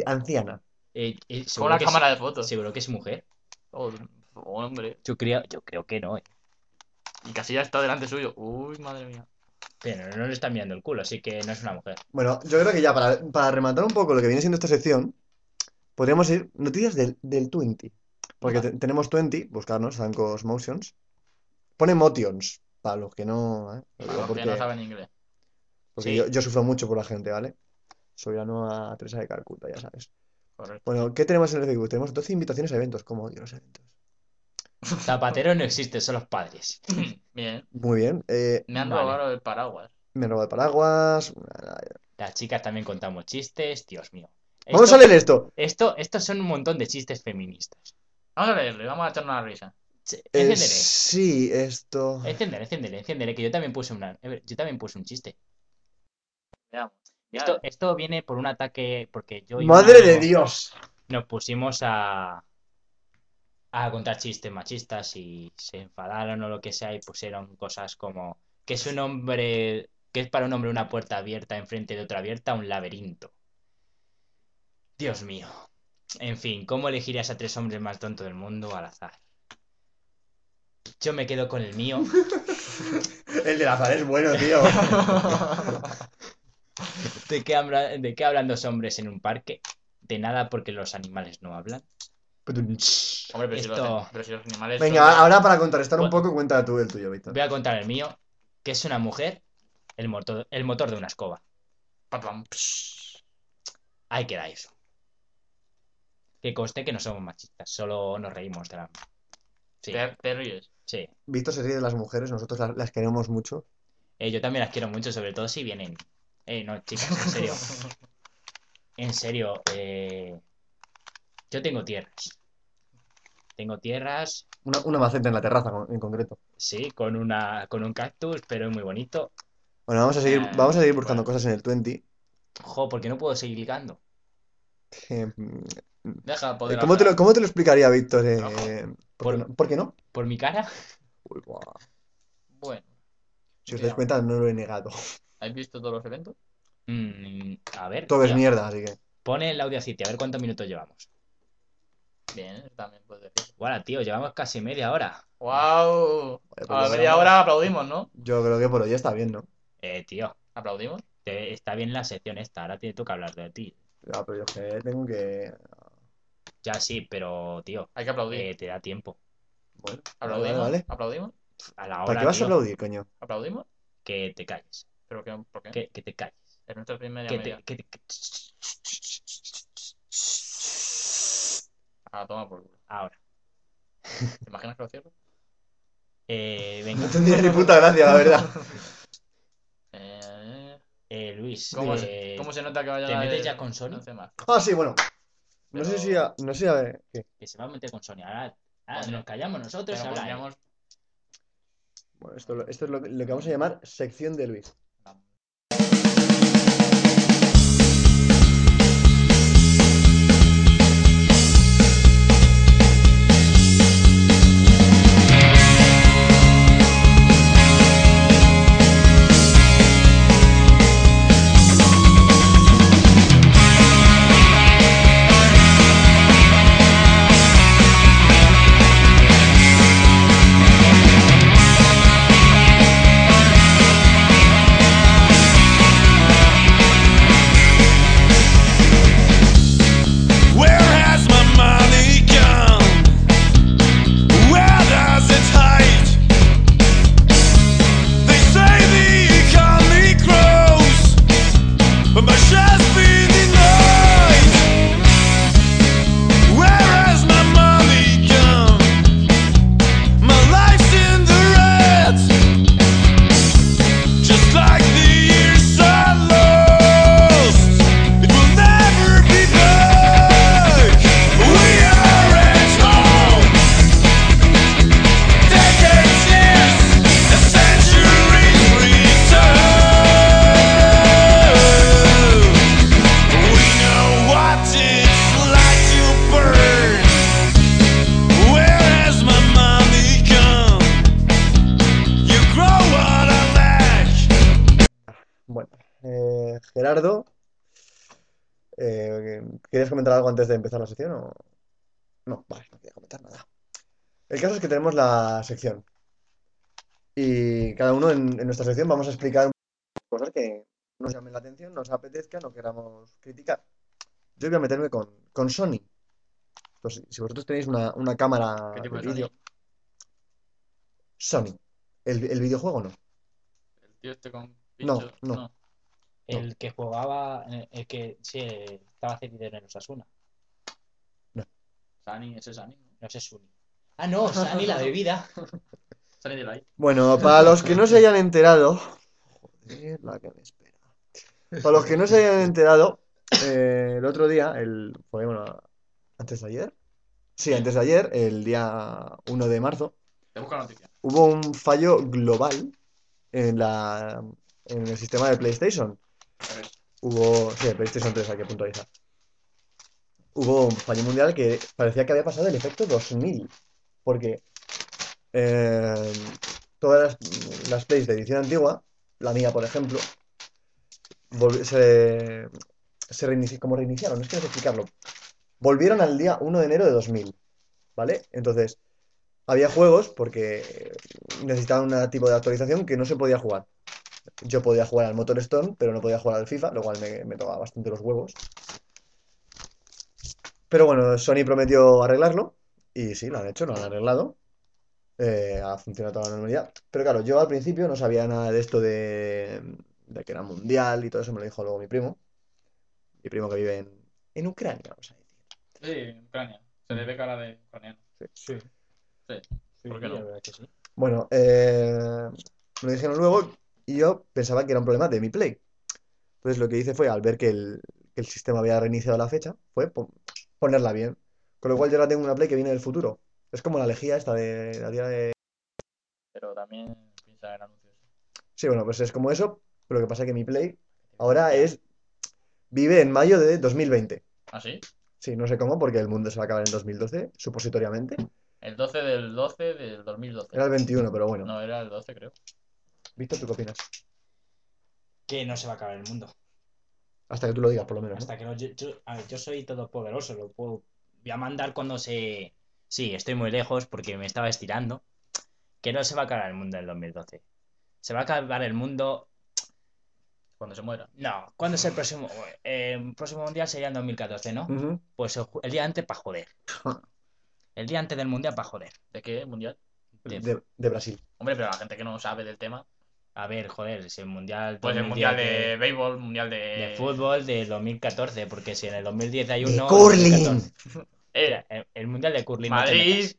anciana.
eh, eh,
Con
seguro,
una
que
cámara
es,
de fotos.
seguro que es mujer.
Oh, hombre.
Yo creo, yo creo que no, ¿eh?
Y Casillas está delante suyo. Uy, madre mía.
Pero no le están mirando el culo, así que no es una mujer.
Bueno, yo creo que ya para, para rematar un poco lo que viene siendo esta sección, podríamos ir noticias del, del 20. Porque te- tenemos 20, buscarnos, Zancos Motions. Pone Motions, para los que no. ¿eh? Lo digo
Los que
porque
no saben inglés.
porque
Sí.
yo, yo sufro mucho por la gente, ¿vale? Soy la nueva Teresa de Calcuta, ya sabes.
Correcto.
Bueno, ¿qué tenemos en el Facebook? Tenemos 12 invitaciones a eventos. ¿Cómo odio los eventos?
Zapatero no existe, son los padres.
Bien.
Muy bien. eh,
Me han
Vale.
robado el paraguas.
me roba el paraguas.
Las chicas también contamos chistes, Dios mío.
Vamos
Esto-
a leer esto.
Esto, estos son un montón de chistes feministas.
Vamos a leerlo y vamos a echar una risa.
Ch-
Eh,
Enciéndele,
sí, esto.
enciéndele, enciéndele, enciéndele, que yo también puse una, eh, yo también puse un chiste.
Veamos.
Esto, esto viene por un ataque, porque yo y un
Madre de
amigo
Dios.
nos pusimos a, a contar chistes machistas y se enfadaron o lo que sea y pusieron cosas como que es un hombre, que es para un hombre una puerta abierta enfrente de otra abierta, un laberinto. Dios mío. En fin, ¿cómo elegirías a tres hombres más tontos del mundo al azar? Yo me quedo con el mío.
El de la pared es bueno, tío.
¿De qué, habla- de qué hablan dos hombres en un parque? De nada porque los animales no hablan.
Hombre, pero, si
Esto-
los, pero si los animales.
Venga, ahora para contrarrestar un
Bueno.
poco, cuenta tú el tuyo, Víctor.
Voy a contar el mío, que es una mujer, el motor, el motor de una escoba.
ahora.
Ahí queda eso. Que conste que no somos machistas, solo nos reímos de la... Sí,
Te, te ríes.
sí.
Víctor se ríe de las mujeres, nosotros las, las queremos mucho.
Eh, yo también las quiero mucho, sobre todo si vienen... Eh, no, chicas, en serio. En serio, eh, yo tengo tierras. Tengo tierras,
Una, una maceta en la terraza, con- en concreto.
sí, con, una, con un cactus, pero es muy bonito. Ah,
Bueno, vamos a seguir,
Eh,
vamos a seguir buscando
bueno.
cosas en el 20.
Jo, porque no puedo seguir ligando.
Eh, mm,
Deja poder.
¿cómo, te lo,
hablar.
cómo te lo explicaría, Víctor? Eh,
Ojo.
¿por,
Por-
qué no? ¿Por qué no?
Por mi cara.
Uy, guau.
Bueno.
Si os dais cuenta, no lo he negado.
¿Habéis visto todos los eventos?
Mm, a ver.
Todo es
mira,
mierda, así que.
Pone el audio City, a ver cuántos minutos llevamos.
Bien, eso también puede decir.
Guau, tío, llevamos casi media hora.
¡Wow!
pues
A la
ya
media
está.
hora aplaudimos, ¿no?
Yo creo que por hoy está bien, ¿no?
Eh, tío,
¿Aplaudimos?
te- está bien la sección esta, ahora te toca hablar de ti.
Ya, pero yo es que tengo que.
Ya sí, pero, tío,
Hay que aplaudir.
eh, te da tiempo.
Bueno, vale,
¿Aplaudimos?
vale, vale.
¿Aplaudimos?
Pf, A la
¿Para
hora,
qué vas a
tío,
aplaudir, coño?
¿Aplaudimos?
que te calles.
¿Pero qué? ¿Por qué?
Que, que te calles.
Es nuestra primera
Que
media.
te, que te- que-
Ah, toma por culo.
Ahora.
¿Te imaginas que lo cierro?
Eh,
No
venga,
tendría ni puta gracia, la verdad.
Eh,
eh, Luis.
¿cómo,
eh,
se, ¿Cómo se nota que va a
¿te
llegar
metes
el-
ya con Sony?
el tema?
Ah, sí, bueno. No
Pero-
sé si. a- No sé a ver. ¿qué?
Que se va a meter con Sonia. Ahora, ahora
Bueno,
nos callamos nosotros.
Pero
ahora él.
podríamos-
Bueno, esto, lo- esto es lo, lo que vamos a llamar sección de Luis.
Where has my money gone? Where does it hide? They say the economy grows, but my shares been denied. Where has my money gone? My life's in the red, just like the years I lost. It will never be back. We are at home. Decades, years, a century return. We know what it's like to burn. Where has my money gone? You grow what I lack.
Bueno, eh, Gerardo, eh, ¿querías comentar algo antes de empezar la sección o...? No, vale, no quería comentar nada. El caso es que tenemos la sección. Y cada uno en, en nuestra sección vamos a explicar cosas que nos llamen la atención, nos apetezcan o queramos criticar. Yo voy a meterme con, con Sony. Entonces, si vosotros tenéis una, una cámara
¿Qué tipo de
de vídeo... Sony. El, el videojuego no.
El tío este con
No,
pincho.
no.
El que jugaba, eh, el que sí, eh, estaba cedido en el Osasuna.
Sani, ese Sani. ¿no?
No sé, Suni. Ah, no, Sani, la bebida.
Sani de la I.
Bueno, para los que no se hayan enterado, joder, la que me espera. Para los que no se hayan enterado, eh, el otro día, el, fue, bueno, antes de ayer, sí, antes de ayer, el día 1 de marzo,
Te busco la noticia.
hubo un fallo global en la, en el sistema de PlayStation. Hubo, sí, de PlayStation 3 hay que puntualizar. Hubo un fallo mundial que parecía que había pasado el efecto 2000, porque eh, todas las, las plays de edición antigua, la mía por ejemplo, volvi- se, se reinici- como reiniciaron, es que no sé explicarlo. Volvieron al día 1 de enero de 2000, ¿vale? Entonces, había juegos porque necesitaban un tipo de actualización que no se podía jugar. Yo podía jugar al Motor Storm, pero no podía jugar al FIFA, lo cual me, me tocaba bastante los huevos. Pero bueno, Sony prometió arreglarlo y sí, lo han hecho, lo han arreglado. Eh, ha funcionado toda la normalidad. Pero claro, yo al principio no sabía nada de esto de, de que era mundial y todo eso, me lo dijo luego mi primo. Mi primo que vive en, en Ucrania, vamos a decir.
Sí, en Ucrania. Se le ve cara de ucraniano.
Sí.
¿Por qué
la
no?
verdad que sí.
Bueno, eh, me lo dijeron luego y yo pensaba que era un problema de mi Play. Entonces lo que hice fue, al ver que el, que el sistema había reiniciado la fecha, fue pon- ponerla bien. Con lo cual yo ahora tengo una Play que viene del futuro. Es como la lejía esta de la tía de...
Pero también piensa en anuncios.
Sí, bueno, pues es como eso, pero lo que pasa es que mi Play ahora es... Vive en mayo de 2020.
¿Ah, sí?
Sí, no sé cómo, porque el mundo se va a acabar en 2012, supositoriamente.
El 12 del 12 del 2012.
Era el 21, pero bueno.
No, era el 12, creo.
Víctor, ¿tú qué opinas?
Que no se va a acabar el mundo.
Hasta que tú lo digas, por lo menos. ¿no?
Hasta que no, yo, yo- a ver, yo soy todopoderoso, lo puedo. Voy a mandar cuando se. Sí, estoy muy lejos porque me estaba estirando. Que no se va a acabar el mundo en el 2012. Se va a acabar el mundo.
Cuando se muera.
No, ¿cuándo es el próximo? Eh, el próximo mundial sería en 2014, ¿no?
Ujú.
Pues el, ju- el día antes para joder. El día antes del mundial para joder.
¿De qué? ¿Mundial?
De-
de, de Brasil.
Hombre, pero la gente que no sabe del tema.
A ver, joder, si el mundial.
Pues el
2010
mundial de,
de-
béisbol, mundial de.
de fútbol de 2014, porque si en el 2010 hay
De
uno.
curling.
2014.
Eh,
Mira, El, el mundial de curling. no te
Madrid,
metas.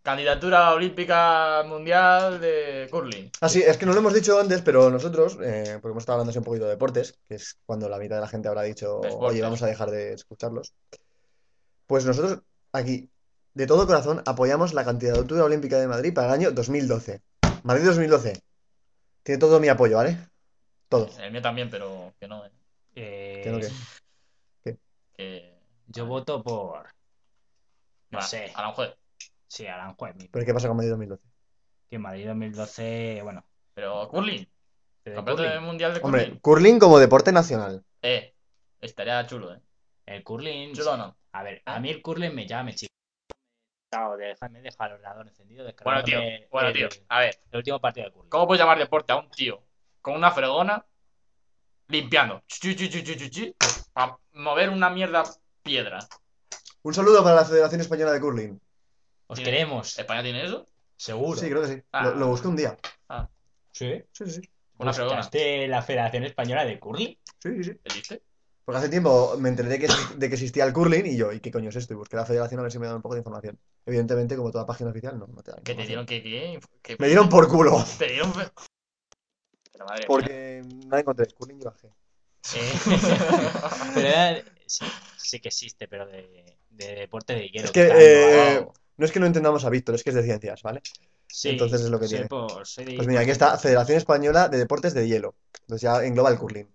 candidatura olímpica mundial de curling.
Ah, sí, es que no lo hemos dicho antes, pero nosotros, eh, porque hemos estado hablando así un poquito de deportes, que es cuando la mitad de la gente habrá dicho,
Deportes.
oye, vamos a dejar de escucharlos. Pues nosotros aquí, de todo corazón, apoyamos la candidatura olímpica de Madrid para el año 2012. Madrid 2012. Tiene todo mi apoyo, ¿vale? Todo.
El mío también, pero que no, eh,
Eh,
Que no, que-
que.
Yo voto por. No
Va,
sé.
A lo mejor.
Sí, Aranjuez. mi-
Pero ¿qué pasa con Madrid 2012?
Que en Madrid 2012, bueno.
Pero curling.
de
Campeonato
curling.
mundial de curling.
Hombre, curling como deporte nacional.
Eh, estaría chulo, ¿eh?
El curling.
Chulo o no.
A ver, a mí el curling me llama, chico. Chao, déjame dejar el ordenador encendido.
Bueno, tío.
descargándome
Bueno,
el-
tío. A ver,
El último partido de curling.
¿cómo puedes llamar deporte a un tío con una fregona limpiando? Chu, chu, chu, chu, chu, chu, Para mover una mierda piedra.
Un saludo para la Federación Española de Curling.
Os
Tiene-
queremos,
¿España tiene eso?
seguro.
Sí, creo que sí.
Ah.
Lo, lo busqué un día.
Sí.
Sí, sí, sí.
Una fregona.
¿Buscaste este, la Federación Española de Curling?
Sí, sí, sí.
¿Existe?
Porque hace tiempo me enteré que, de que existía el curling y yo, ¿y qué coño es esto? Y busqué la federación a ver si me dan un poco de información. Evidentemente, como toda página oficial, no, no te dan
¿Qué te dieron?
información.
¿Qué? qué? ¿Qué-
Me dieron por culo.
Te dieron. fe- Pero madre mía.
Porque no la encontré. Curling y bajé.
Eh, pero era- sí, sí que existe, pero de, de deporte de hielo.
Es que,
quizá,
eh,
¿no?
No es que no entendamos a Víctor, es que es de ciencias, ¿vale?
Sí,
entonces es lo que
sí,
tiene.
por- soy de-
Pues mira, aquí está Federación Española de Deportes de Hielo. Entonces ya engloba el curling.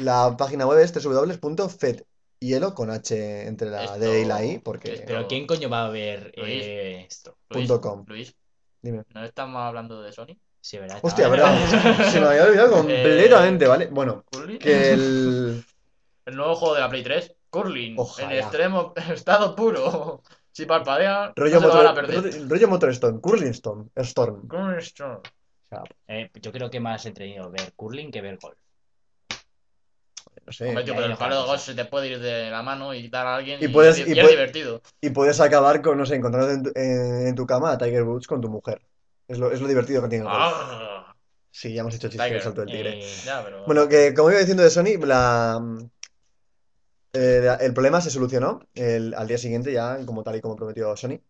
La página web es www.fedhielo con H entre la
Esto-
D y la I, porque...
esto-
Pero ¿quién coño va a ver
Luis.
eh, esto?
Luis,
punto com.
Luis,
Dime.
¿no estamos hablando de Sony?
Sí, ¿verdad?
Hostia,
Estaba-
verdad. Se me había
Eh,
olvidado completamente, ¿vale? Bueno,
¿Curling?
que el...
El nuevo juego de la Play 3, Curling,
Ojalá.
en extremo estado puro. Si parpadea,
Rollo,
no se lo van a
motor,
perder.
ro- rollo Motor Storm, Curling Storm. Storm.
Curling Storm.
O sea,
Eh, yo creo que más entretenido ver curling que ver golf.
no sé.
Hombre, tío,
ya
pero
hay
el palo de
otra
golf se te puede ir de la mano y dar a alguien
Eh, Y puedes-
es
y
di- es
puede-
divertido.
Y puedes acabar con, no sé, encontrándote en tu, en- en tu cama a Tiger Woods con tu mujer. Es lo, es lo divertido que tiene el golf.
Ah,
Sí, ya hemos hecho chiste del
Tiger,
salto del tigre.
Eh,
ya, pero...
Bueno, que como iba diciendo de Sony, la, eh, la- el problema se solucionó el- al día siguiente ya, como tal y como prometió Sony.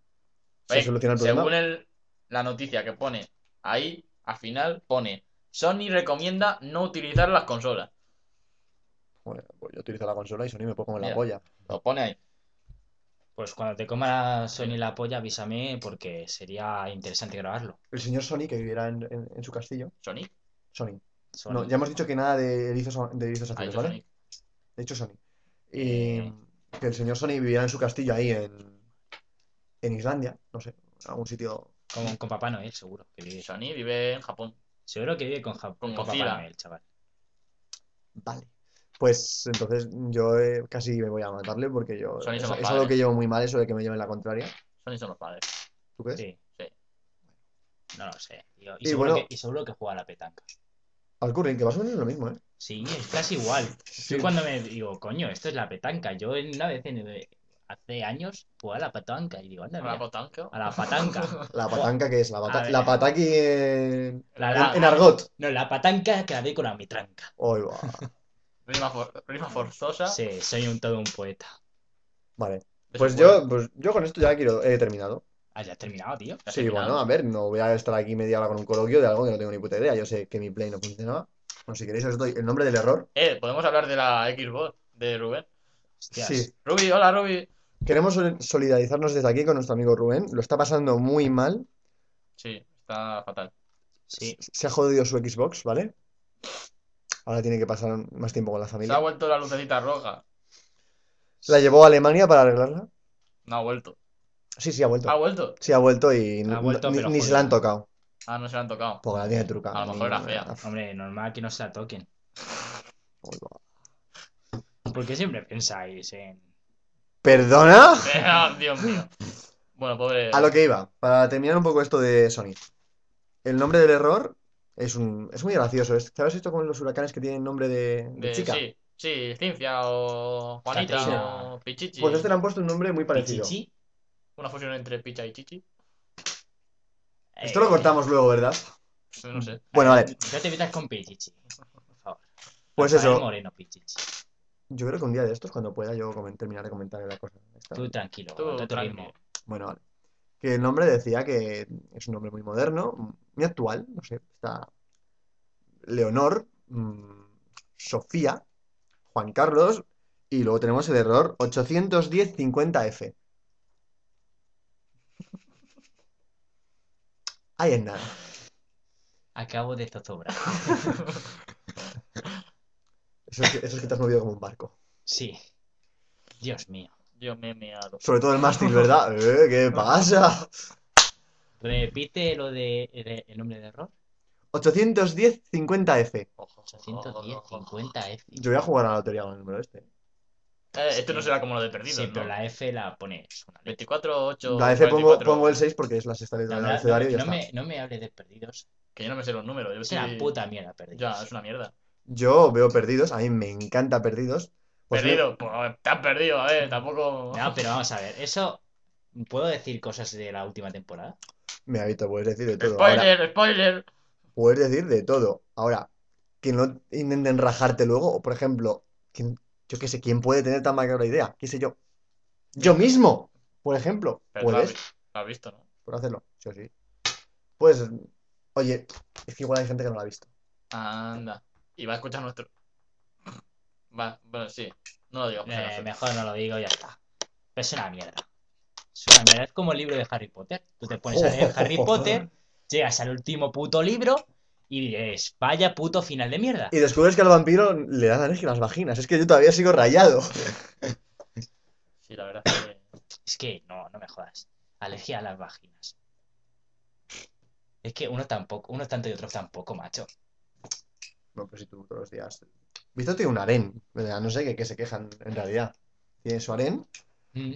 Se
Oye,
solucionó el
según
problema.
el- la noticia que pone ahí, al final pone Sony recomienda no utilizar las consolas.
Bueno, pues yo utilizo la consola y Sony me puedo comer la
Ya.
polla.
Lo pone ahí.
pues cuando te coma Sony la polla, avísame porque sería interesante grabarlo.
El señor Sony, que viviera en, en- en su castillo.
Sonic.
Sony.
Sony.
No, ya hemos dicho que nada de erizos, de erizos
Ha
azules,
dicho
¿vale?
Sonic.
De hecho, Sony.
Eh.
Y que el señor Sony viviera en su castillo ahí en, en Islandia, no sé, algún sitio.
Con, con Papá Noel, seguro que vive.
Sony vive en Japón.
Seguro que vive con, Ja- con
Godzilla.
Papá Noel, chaval.
Vale. Pues entonces yo eh, casi me voy a matarle porque yo.
Sony
es,
somos
es algo
padres.
que llevo muy mal, eso de que me lleven la contraria.
Sony son los padres.
¿Tú crees?
Sí.
Sí.
No lo sé. tío. Y,
Y
seguro
bueno-
que, y seguro que juega a la petanca.
Al curling, que más o menos es lo mismo, ¿eh?
Sí, es casi igual.
Sí.
Yo cuando me digo, coño, esto es la petanca. Yo una vez en- hace años jugaba a la petanca y digo, anda,
Una
mira,
botanca.
a la patanca.
La patanca que es, la, pata-
A ver.
la pataki en,
La-
en-
la-
Ah,
en argot.
No, la patanca que la doy con la mitranca.
Ahí va.
Rima, for- rima forzosa.
Sí, soy un todo un poeta.
Vale.
de
Pues
su
yo,
pueblo.
pues yo con esto ya quiero, he terminado.
Ah, ya has terminado, tío.
¿Has
Sí,
terminado?
bueno, ah, a ver, no voy a estar aquí media hora con un coloquio de algo que no tengo ni puta idea. Yo sé que mi play no funcionaba. Bueno, si queréis os doy el nombre del error.
Eh, podemos hablar de la Xbox de Rubén.
Hostias.
Sí.
Rubi, hola Rubi.
Queremos sol- solidarizarnos desde aquí con nuestro amigo Rubén. Lo está pasando muy mal.
Sí, está fatal.
Sí.
Se ha jodido su Xbox, ¿vale? Ahora tiene que pasar más tiempo con la
Se ha
familia.
vuelto la lucecita roja.
La llevó a Alemania para arreglarla.
No ha vuelto.
Sí, sí, ha vuelto.
Ha vuelto.
Sí, ha vuelto y
Ha vuelto,
ni,
pero
ni se
jodida.
la han tocado.
Ah, no se la han tocado.
Porque la tiene trucada.
A lo mejor era
niña.
fea.
Hombre, normal que no se la toquen.
Uy, va.
¿Por qué siempre pensáis en.
¿Perdona?
Pero, Dios mío. Bueno, pobre.
A lo que iba, para terminar un poco esto de Sony. El nombre del error es un es muy gracioso. es- ¿Sabes esto con los huracanes que tienen nombre de, de
de-
mm, chica?
Sí, sí, Cincia o Juanita
Caterina.
o Pichichi.
Pues a este le han puesto un nombre muy parecido.
Pichichi?
Una fusión entre Picha y Chichi.
Esto
Eh,
lo cortamos luego, ¿verdad?
Pues,
Mm.
no sé.
Bueno, vale.
No te metas con Pichichi. Por favor.
Pues
Rafael
eso.
Moreno, Pichichi.
Yo creo que un día de estos, cuando pueda yo comen- terminar de comentar la cosa. esta.
Tú tranquilo,
Tú,
ponte a tu
tranqui.
ritmo.
Bueno, vale. Que el nombre decía que es un nombre muy moderno, muy actual, no sé, está Leonor, mm, Sofía, Juan Carlos, y luego tenemos el error 810-50F. Ahí es nada.
Acabo de zozobrar.
Eso es, que, eso es que te has movido como un barco.
Sí. Dios mío.
Dios mío, miado.
Sobre todo el mástil, ¿verdad? Eh, ¿Qué pasa?
Repite lo de de- el nombre de error.
810-50F.
810, 50 F.
Yo voy a jugar a la lotería con el número este.
Eh, esto no será como lo de perdido.
Sí,
¿no?
pero la F la pones una letra.
24, 8.
La F pongo,
44.
pongo el 6 porque es la sexta letra
No,
del
no,
abecedario y ya
no
está.
me, no me hables de perdidos.
Que yo no me sé los números. Yo
Es
soy-
una puta mierda
Ya,
perdidos.
es una mierda.
Yo veo perdidos, a mí me encanta perdidos. Pues
perdido, pues te has perdido, a ver, tampoco.
No, pero vamos a ver, eso. ¿Puedo decir cosas de la última temporada?
Me, me habito, puedes decir de todo. Ahora,
spoiler, spoiler.
puedes decir de todo. Ahora, que no intenten rajarte luego, o por ejemplo, ¿quién- yo qué sé, ¿quién puede tener tan macabra idea? ¿Qué sé yo? Yo mismo, por ejemplo,
Pero lo has,
puedes,
vi- lo has visto, ¿no?
por hacerlo, sí o sí. Pues, oye, es que igual hay gente que no la ha visto.
Anda. Y va a escuchar nuestro. Va, bueno, sí. No lo digo.
Eh, mejor no lo digo y ya está. Pero es una mierda. Es una mierda. Es como el libro de Harry Potter. Tú te pones a leer Harry Potter, llegas al último puto libro y dices, vaya puto final de mierda.
Y descubres que al vampiro le dan alergia a las vaginas. Es que yo todavía sigo rayado.
Sí, la verdad es que.
Es que no, no me jodas. Alergia a las vaginas. Es que uno tampoco, uno tanto y otro tampoco, macho.
No, pero si tú todos los días. Visto tiene un harén, ¿verdad? No sé qué, qué se quejan en realidad. Tiene su harén.
Mm.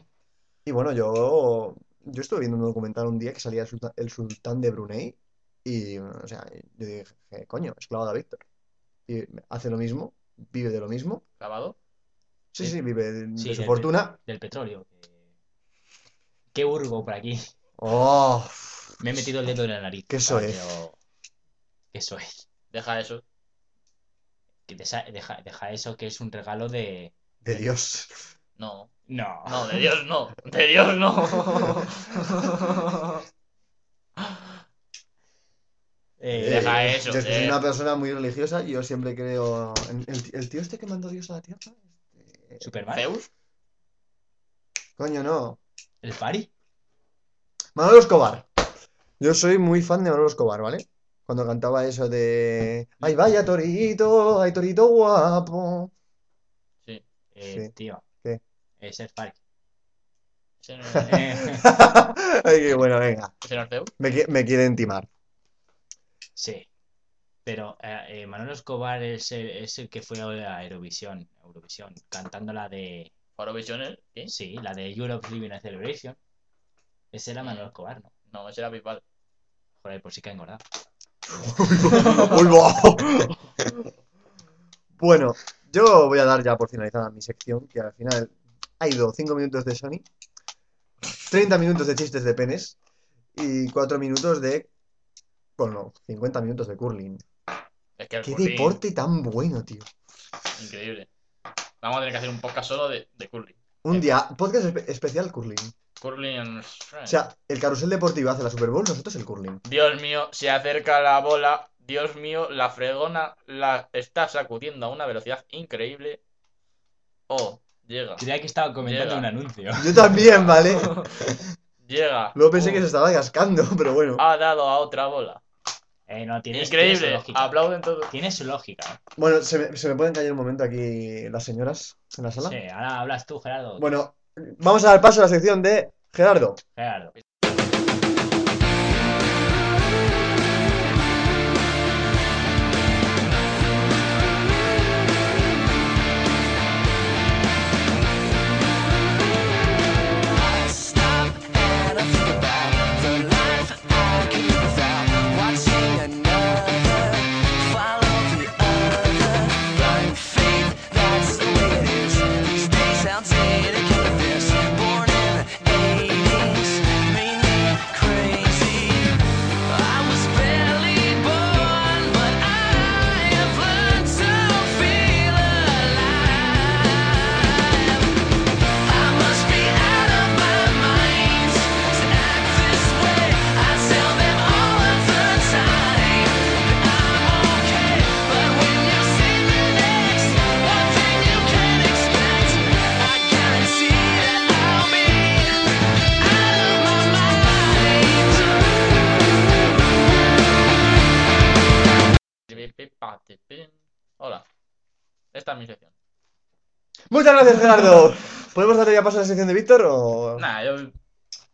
Y bueno, yo, yo estuve viendo un documental un día que salía el sultán, el sultán de Brunei. Y, o sea, yo dije, coño, esclavo de Víctor. Y hace lo mismo, vive de lo mismo.
¿Clavado?
Sí,
Sí.
sí, vive de,
Sí,
de su
del-
fortuna.
Del petróleo. que- Qué burgo por aquí.
¡Oh!
Me he metido el dedo en la nariz.
Qué
para
soez.
que lo- Qué soez.
Deja eso.
Que desa- deja, deja eso que es un regalo de.
De Dios.
No.
No.
No, de Dios no. De Dios no.
Eh,
Deja
Eh,
eso,
Yo es que soy
eh.
una persona muy religiosa y yo siempre creo. en- El, el tío este que mandó Dios a la tierra. este,
eh, Superman.
¿Zeus?
Coño, no.
El pari.
Manolo Escobar. Yo soy muy fan de Manolo Escobar, ¿vale? Cuando cantaba eso de. ¡Ay, vaya torito! ¡Ay, torito guapo!
Sí.
Eh,
Sí.
Tío.
¿Qué?
Es el pari.
¿Ese no
Eh,
Ay, qué bueno, venga.
ese no es Zeus?
Me, qui- me quieren timar.
sí. Pero eh, eh, Manolo Escobar es el, es el que fue a Eurovisión. Eurovisión. Cantando la de.
¿Eurovisión es? ¿Qué?
Sí, la de Europe Living a Celebration. Ese
Mm.
era Manolo Escobar, ¿no?
No, ese era Bisbal.
Joder, por si que ha engordado.
Uy, guau. Bueno, yo voy a dar ya por finalizada mi sección, que al final ha ido 5 minutos de Sony, 30 minutos de chistes de penes y 4 minutos de. Bueno, 50 minutos de curling.
Es que el
¡Qué
curling,
deporte tan bueno, tío!
Increíble. Vamos a tener que hacer un podcast solo de, de curling.
Un día, podcast espe- especial curling.
Curling.
O sea, el carrusel deportivo hace la Super Bowl, nosotros el curling.
Dios mío, se acerca la bola. Dios mío, la fregona la está sacudiendo a una velocidad increíble. Oh, llega.
Creía que estaba comentando
Llega.
un anuncio.
Yo también, ¿vale?
Llega.
Luego pensé
Uh,
que se estaba cascando, pero bueno.
Ha dado a otra bola.
Eh, no, tiene, tiene su
Increíble.
lógica.
Aplauden todos.
Tiene su lógica. ¿eh?
Bueno, se me, se me pueden callar un momento aquí las señoras en la sala.
Sí, ahora hablas tú, Gerardo.
Bueno, vamos a dar paso a la sección de Gerardo.
Gerardo.
esta es mi sección.
Muchas gracias, Gerardo. ¿Podemos darle ya paso a la sección de Víctor o...?
Nada, yo.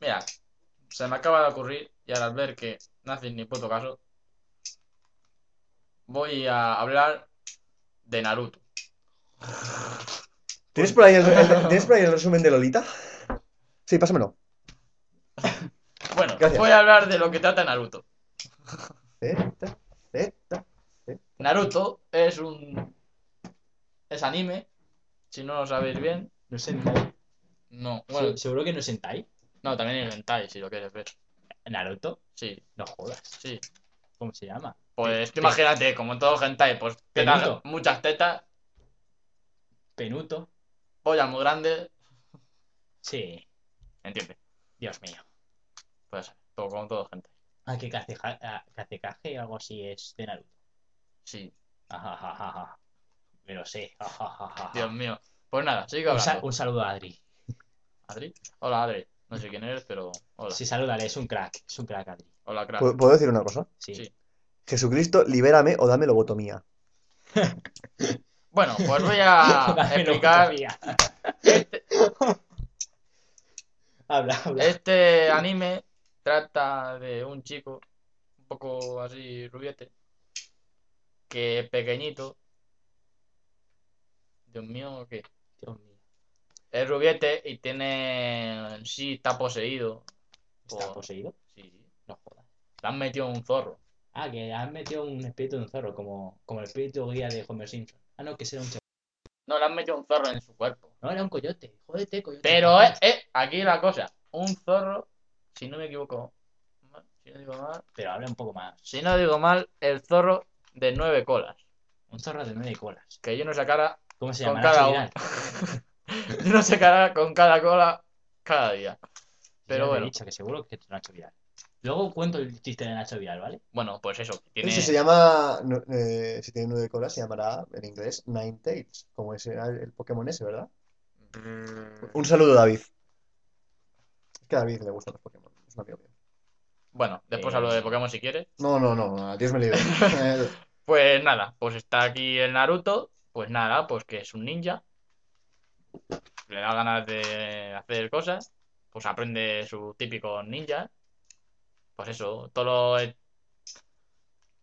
Mira, se me acaba de ocurrir y al ver que no hacen ni puto caso, voy a hablar de Naruto.
¿Tienes por, ahí el, el- ¿Tienes por ahí el resumen de Lolita? Sí, pásamelo.
Bueno,
Gracias.
voy a hablar de lo que trata Naruto.
Zeta, zeta.
Naruto es un. Es anime. Si no lo sabéis bien,
No es Sentai.
no. Bueno,
Se- Seguro que no es Sentai.
no, también es hentai si lo quieres ver.
Naruto,
Sí,
no jodas.
sí.
¿Cómo se llama?
Pues tú imagínate, como todo hentai, pues tetas-
Peludo.
muchas tetas,
Penuto.
pollas muy grandes,
Sí,
¿entiendes?
Dios mío.
Pues todo como todo hentai.
Ah, que caceja- ah, cacecaje o algo así es de Naruto. Ah,
Sí,
Ajajajaja. Me lo sé. Ah, Ajajajaja.
Dios mío. Pues nada, sigo
Un,
hablando.
sa- un saludo a Adri.
Adri. Hola, Adri. No sé quién eres, pero hola.
Sí, salúdale, es un crack. Es un crack, Adri.
Hola, crack.
¿Puedo puedo decir una cosa?
Sí.
Sí.
Jesucristo, libérame o dame lobotomía.
Bueno, pues voy a
Dame
explicar
lobotomía.
este,
Habla, habla.
este anime trata de un chico un poco así rubiete que pequeñito Dios mío, ¿qué?
Dios mío.
Es rubiete y tiene sí está poseído
¿Está
por-
poseído?
sí, sí.
No jodas.
Le han metido un zorro.
Ah, que han metido un espíritu de un zorro, como, como el espíritu guía de Homer Simpson. Ah, no, que será un chaval.
No, le han metido un zorro en su cuerpo.
No, era un coyote. Jódete, coyote.
Pero eh, eh, aquí la cosa, un zorro, si no me equivoco, si no digo mal,
Pero habla un poco más.
si no digo mal, el zorro de nueve colas,
Un zorro de nueve colas.
que yo no sacara,
¿Cómo se ¿eh?
Con
llama?
cada uno. yo no sacara con cada cola cada día. Pero
He
bueno,
dicho que seguro que es Nacho Vidal. Luego cuento el chiste de Nacho Vidal, ¿vale?
bueno, pues eso, que tiene
Si se llama... no, eh, si tiene nueve colas, se llamará en inglés Nine Tails, como ese era el Pokémon ese, ¿verdad? Un saludo, David. Es que a David le gustan los Pokémon. Es un amigo mío.
bueno, después
Eh,
hablo de Pokémon si quieres.
No, no, no, no, Dios me libre. Eh,
Pues nada, pues está aquí el Naruto, pues nada, pues que es un ninja, le da ganas de hacer cosas, pues aprende su típico ninja, pues eso, todo lo de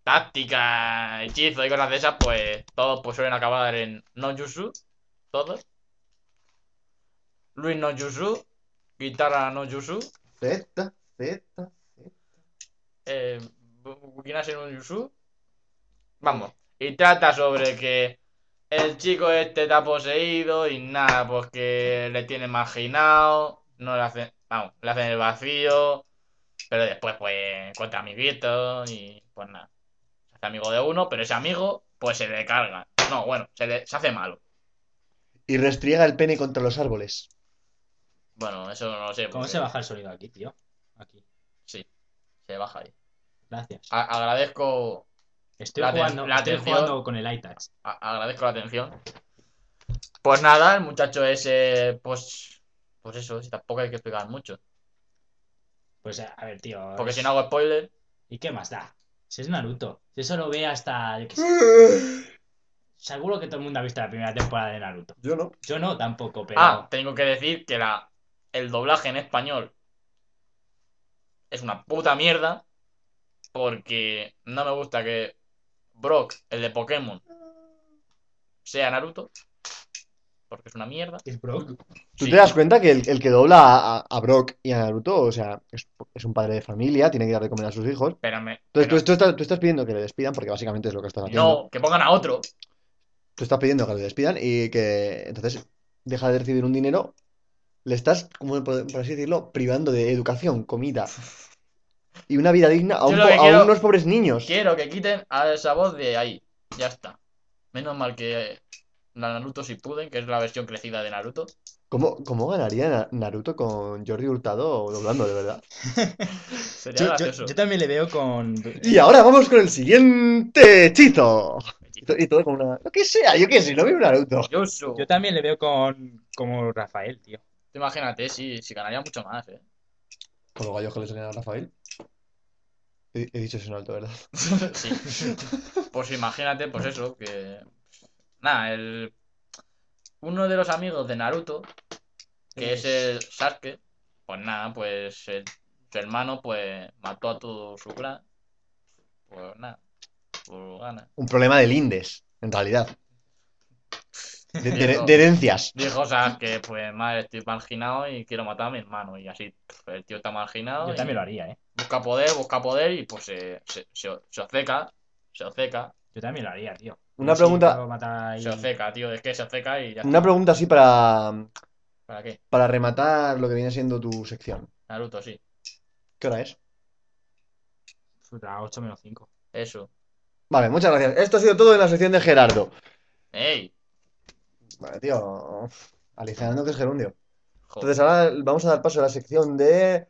táctica, hechizo y cosas de esas, pues todos pues suelen acabar en no-jutsu, todos. Luis no-jutsu, guitarra no-jutsu,
Z, Z.
eh, en un Yusu. Vamos. Y trata sobre que el chico este está poseído y nada, pues que le tiene marginado, no le hacen, vamos, le hacen el vacío, pero después pues contra amiguitos y pues nada. Se hace amigo de uno, pero ese amigo pues se le carga. No, bueno, se, le, se hace malo.
Y restriega el pene contra los árboles.
Bueno, eso no lo sé.
¿Cómo
porque
se baja el sonido aquí, tío? Aquí.
se baja ahí.
Gracias.
A- agradezco
Estoy,
la aten-
jugando,
la
estoy
atención.
jugando con el iTouch.
A- agradezco la atención. Pues nada, el muchacho ese, pues, pues eso, si tampoco hay que explicar mucho.
Pues a a ver, tío.
Porque
es-
si no hago spoiler,
¿Y qué más da? Si es Naruto. Si eso lo ve hasta. yo qué sé. Seguro que todo el mundo ha visto la primera temporada de Naruto.
Yo no.
Yo no tampoco, pero.
ah, tengo que decir que la, el doblaje en español es una puta mierda. Porque no me gusta que Brock, el de Pokémon, sea Naruto. Porque es una mierda.
¿Es Brock?
¿Tú
Sí.
te das cuenta que el, el que dobla a, a- a Brock y a Naruto, o sea, es, es un padre de familia, tiene que dar de comer a sus hijos?
Pero me-
Entonces
pero-
tú, tú estás, tú estás pidiendo que le despidan, porque básicamente es lo que estás haciendo.
no, que pongan a otro.
Tú estás pidiendo que le despidan y que entonces deja de recibir un dinero. Le estás, como por, por así decirlo, privando de educación, comida y una vida digna a,
Yo
un
lo
po-
que
a
quiero-
unos pobres niños.
Quiero que quiten a esa voz de ahí. Ya está. Menos mal que la Naruto si puden, que es la versión crecida de Naruto.
¿Cómo, cómo ganaría Na- Naruto con Jordi Hurtado doblando, de verdad?
Sería
Yo, yo-
gracioso.
yo también le veo con.
Y ahora vamos con el siguiente hechizo. Y to- y todo con una. Lo que sea, yo qué sé, no veo un Naruto.
Yosu.
Yo también le veo con. Como Rafael, tío.
Tú Imagínate, si si ganaría mucho más, eh.
Con los gallos que le salían a Rafael. He, he dicho eso en alto, ¿verdad?
Sí. Pues imagínate, pues eso, que. pues, Nada, el uno de los amigos de Naruto, que es
Es-
el Sasuke, pues nada, pues el- su hermano pues mató a todo su clan. Pues nada, por gana.
Un problema de lindes, en realidad. De, de-
Eso.
de herencias.
Dijo Sasuke, pues madre, estoy marginado y quiero matar a mi hermano. Y así, pff, el tío está marginado.
Yo
y-
también lo haría, ¿eh?
busca poder, busca poder y pues se, se, se, se obceca, se obceca,
Yo también lo haría, tío. Pues
Una
Sí,
pregunta-
puedo matar ahí-
se obceca, tío, es que se obceca y ya
Una
está.
pregunta así para,
¿Para qué?
para rematar lo que viene siendo tu sección.
Naruto, sí,
¿Qué hora es?
Puta, 8 menos 5.
eso.
Vale, muchas gracias. Esto ha sido todo en la sección de Gerardo.
¡Ey!
Vale, tío. Aligerando que es gerundio.
Joder.
Entonces ahora vamos a dar paso a la sección de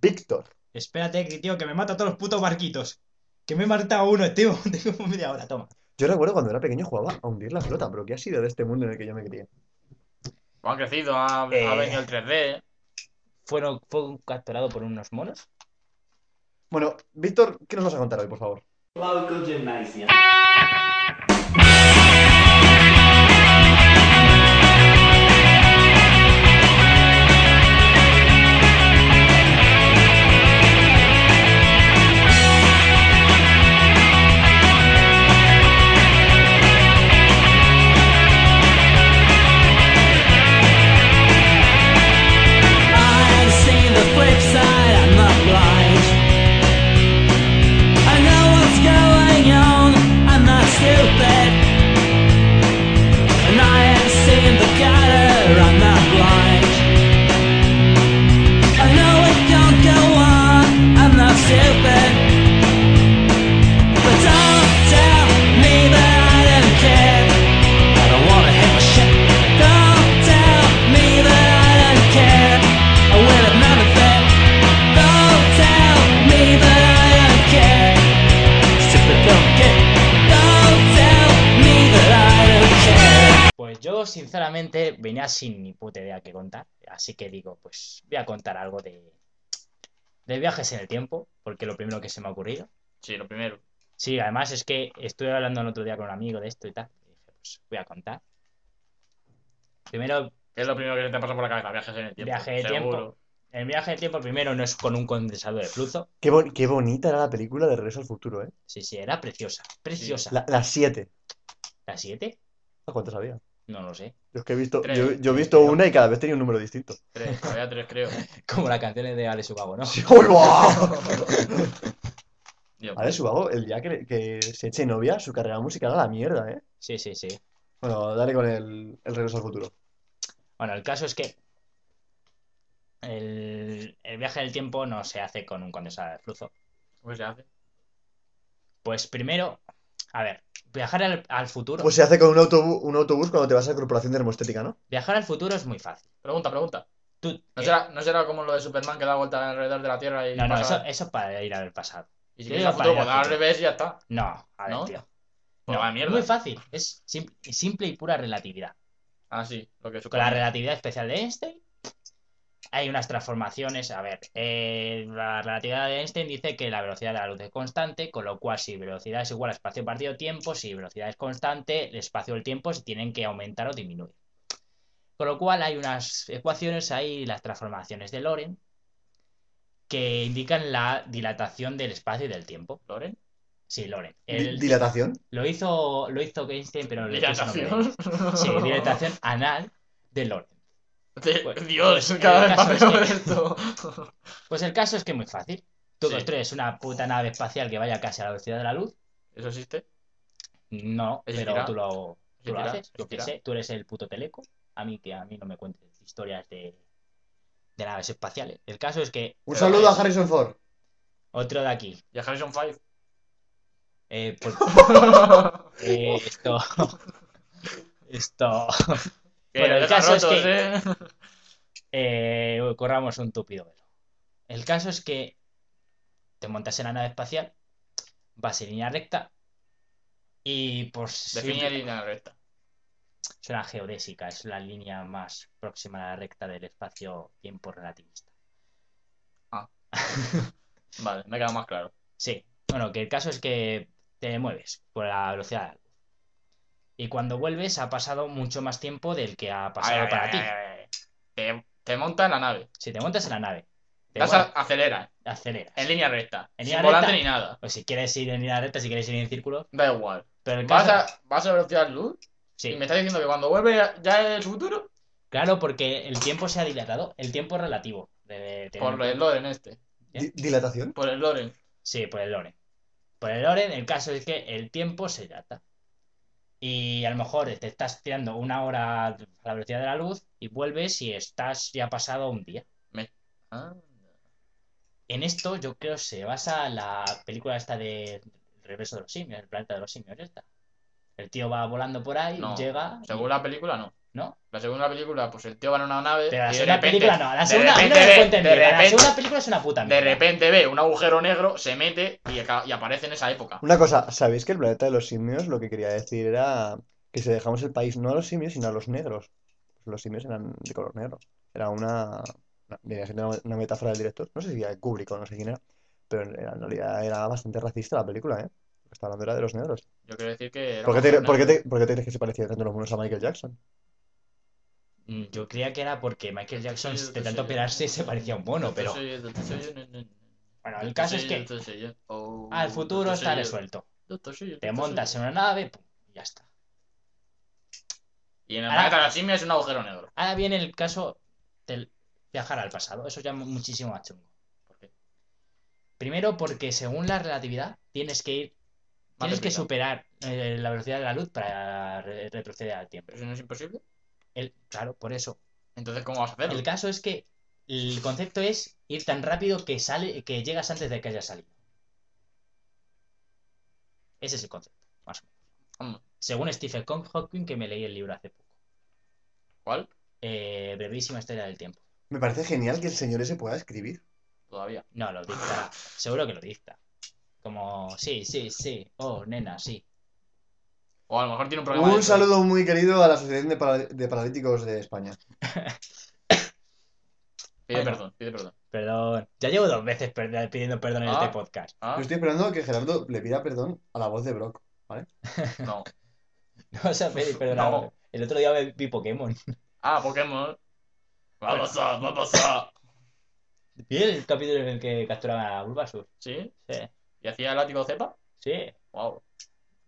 Víctor.
Espérate, que, tío, que me mata a todos los putos barquitos. Que me he matado uno, tío. Tengo media hora, toma.
Yo recuerdo cuando era pequeño jugaba a hundir la flota, pero ¿qué ha sido de este mundo en el que yo me crié?
Han crecido, ha, ha
Eh.
venido el 3D.
Fueron, fue capturado por unos monos.
Bueno, Víctor, ¿qué nos vas a contar hoy, por favor?
I've seen the flip side, I'm not blind. I know what's going on, I'm not stupid. And I have seen the gutter, I'm not blind. I know it don't go on, I'm not stupid. But don't tell me that I don't care. I don't wanna hit my shit. Don't tell me that I don't care. I will admit it. Don't tell me that I don't care. Stupid don't get. Don't tell me that I don't care.
Pues yo, sinceramente, venía sin ni puta idea que contar. Así que digo, pues voy a contar algo de, de viajes en el tiempo, porque es lo primero que se me ha ocurrido.
Sí, lo primero.
Sí, además es que estuve hablando el otro día con un amigo de esto y tal. Y dije, pues voy a contar. Primero,
¿Qué es lo primero que se te pasa por la cabeza? Viajes en el tiempo.
Viaje de
seguro.
tiempo. el viaje del tiempo primero no es con un condensador de flujo.
Qué, bon- qué bonita era la película de Regreso al Futuro, ¿eh?
Sí, sí, era preciosa. Preciosa.
La- las siete.
¿La 7?
¿A ¿Cuántas había?
No lo sé.
Yo es que he visto,
Tres.
yo, yo he visto
Tres.
una y cada vez tenía un número distinto.
Tres, había tres, creo.
Como las canciones de Ale Subago, ¿no?
¡Uy, guau!
Dios.
¡Oh, A ver, Subago, el día que, que se eche novia, su carrera musical a la mierda, ¿eh?
Sí, sí, sí.
Bueno, dale con el, el regreso al futuro.
Bueno, el caso es que el, el viaje del tiempo no se hace con un condensador de flujo.
¿Cómo se hace?
Pues primero, a ver, viajar al, al futuro.
Pues se hace con un autobús, un autobús cuando te vas a Corporación de Hermostética, ¿no?
Viajar al futuro es muy fácil.
Pregunta, pregunta.
Tú,
¿No
eh,
será, ¿No será como lo de Superman que da vuelta alrededor de la Tierra y
no, no,
pasa-
eso, eso es para ir al pasado.
Y si
yo
quieres
digo
al futuro,
para ir
pues da
al
al revés y ya está.
No, a ver,
¿No?
tío.
Pues
No,
va, mierda.
es muy fácil. Es sim- simple y pura relatividad.
Ah, sí, lo que
Con la
supone.
relatividad especial de Einstein, hay unas transformaciones. A ver, eh, la relatividad de Einstein dice que la velocidad de la luz es constante, con lo cual, si velocidad es igual a espacio partido tiempo, si velocidad es constante, el espacio y el tiempo se tienen que aumentar o disminuir. Con lo cual, hay unas ecuaciones, hay las transformaciones de Lorentz que indican la dilatación del espacio y del tiempo.
¿Loren?
Sí, Lorentz.
Di-
El-
Dilatación.
lo hizo, lo hizo Einstein, pero le puso nombre.
¿Dilatación?
Sí, dilatación anal de Lorentz.
De-
Pues-
Dios,
pues
cada
el
vez más
caso
peor
es
esto.
Pues el caso es que es muy fácil. Tú
Sí.
construyes una puta nave espacial que vaya casi a la velocidad de la luz.
¿Eso existe?
No, pero
Existirá.
tú lo, tú lo
Existirá,
haces. Yo qué
existirá.
sé, tú eres el puto teleco. A mí que a mí no me cuentes historias de, de naves espaciales. El caso es que
Un
Pero
saludo a
es-
Harrison Ford.
otro de aquí.
¿Y a Harrison 5?
eh, por- eh, esto. Esto.
Que
Bueno, el
deja
caso es
rotos,
que-
¿eh?
Eh, corramos un tupido velo. El caso es que te montas en la nave espacial, vas en línea recta y pues
Define línea recta.
es una geodésica, es la línea más próxima a la recta del espacio-tiempo relativista.
Vale, me ha quedado más claro.
Sí, bueno, que el caso es que te mueves por la velocidad de la luz. Y cuando vuelves ha pasado mucho más tiempo del que ha
A ver,
pasado
a ver,
para
a
ti.
ver, a ver. Te, te monta en la nave.
Si te montas en la nave, te
Das a-
vuelas,
acelera.
aceleras.
En línea recta.
En
sin
línea
volante
recta.
ni nada.
O si quieres ir en línea recta, si quieres ir en círculo.
Da igual.
Pero el
Vas
caso-
a, vas a velocidad luz
Sí.
y me estás diciendo que cuando vuelve ya es futuro.
Claro, porque el tiempo se ha dilatado. El tiempo es relativo. de- de- de-
Por el Loren este.
¿Ya?
Di- ¿Dilatación?
Por el Loren.
Sí, por el Loren. Por el Loren, el caso es que el tiempo se dilata. Y a lo mejor te estás tirando una hora a la velocidad de la luz y vuelves y estás ya pasado un día.
Ah.
En esto yo creo se basa la película esta de El regreso de los simios, el planeta de los simios esta. El tío va volando por ahí,
No,
llega, y-
Según la película, no.
¿no?
La segunda película, pues el tío va en una nave.
Pero la
y de
segunda
repente-
película no, la
de
segunda,
repente
no me
ve-
cuenten
de
mierda, la
repente-
segunda película es una puta
De
mierda.
repente ve un agujero negro, se mete y aca- y aparece en esa época.
Una cosa, ¿sabéis que el planeta de los simios lo que quería decir era que si dejamos el país no a los simios, sino a los negros? Pues los simios eran de color negro. Era una, una, venía siendo una metáfora del director. No sé si era Kubrick o no sé quién era, pero en en realidad era bastante racista la película, ¿eh? Lo que está hablando era de los negros.
Yo quiero decir que. era
¿Por qué
un
te,
agujero
por qué
negro.
te- por qué te crees que se parecía tanto los monos a Michael Jackson?
Mm, Yo creía que era porque
Este
Michael Jackson,
Sí, yo
de
te
tanto
sé.
operarse, se parecía a un mono, pero
Entonces, entonces, entonces,
bueno,
este
el caso es que
entonces, entonces, oh,
al futuro
entonces,
está resuelto.
entonces,
Te
entonces.
montas en una nave, pum, y ya está.
Y en el
Ahora-
planeta de las simias es un agujero negro.
Ahora viene el caso del viajar al pasado. Eso ya mu- muchísimo más chungo.
¿Por qué?
Primero, porque según la relatividad, tienes que ir,
Más
tienes que
deprisa.
superar eh, la velocidad de la luz para re- retroceder al tiempo.
Pero eso no es imposible.
El- claro, por eso.
Entonces, ¿cómo vas a hacerlo?
El caso es que el concepto es ir tan rápido que sale, que llegas antes de que haya salido. Ese es el concepto, más o menos.
Vamos,
Según Stephen Con- Hawking, que me leí el libro hace poco.
¿Cuál?
Eh, brevísima historia del tiempo.
Me parece genial que el señor ese pueda escribir.
Todavía.
No, lo dicta. Seguro que lo dicta. Como, sí, sí, sí. Oh, nena, sí.
O a lo mejor tiene un problema.
Un
de-
saludo muy querido a la Asociación de, Para- de Paralíticos de España.
Pide
Ay, no.
perdón, pide perdón.
Perdón. Ya llevo dos veces per- pidiendo perdón en
Ah.
este podcast.
Ah,
Yo estoy esperando que Gerardo le pida perdón a la voz de Brock.
no.
No vas a pedir perdón.
No.
ahora. El otro día vi- vi Pokémon.
Ah, Pokémon. Vamos a, vamos a.
Vi el capítulo en el que capturaban a Bulbasaur.
¿Sí?
Sí,
¿Y hacía el látigo cepa?
sí.
Wow.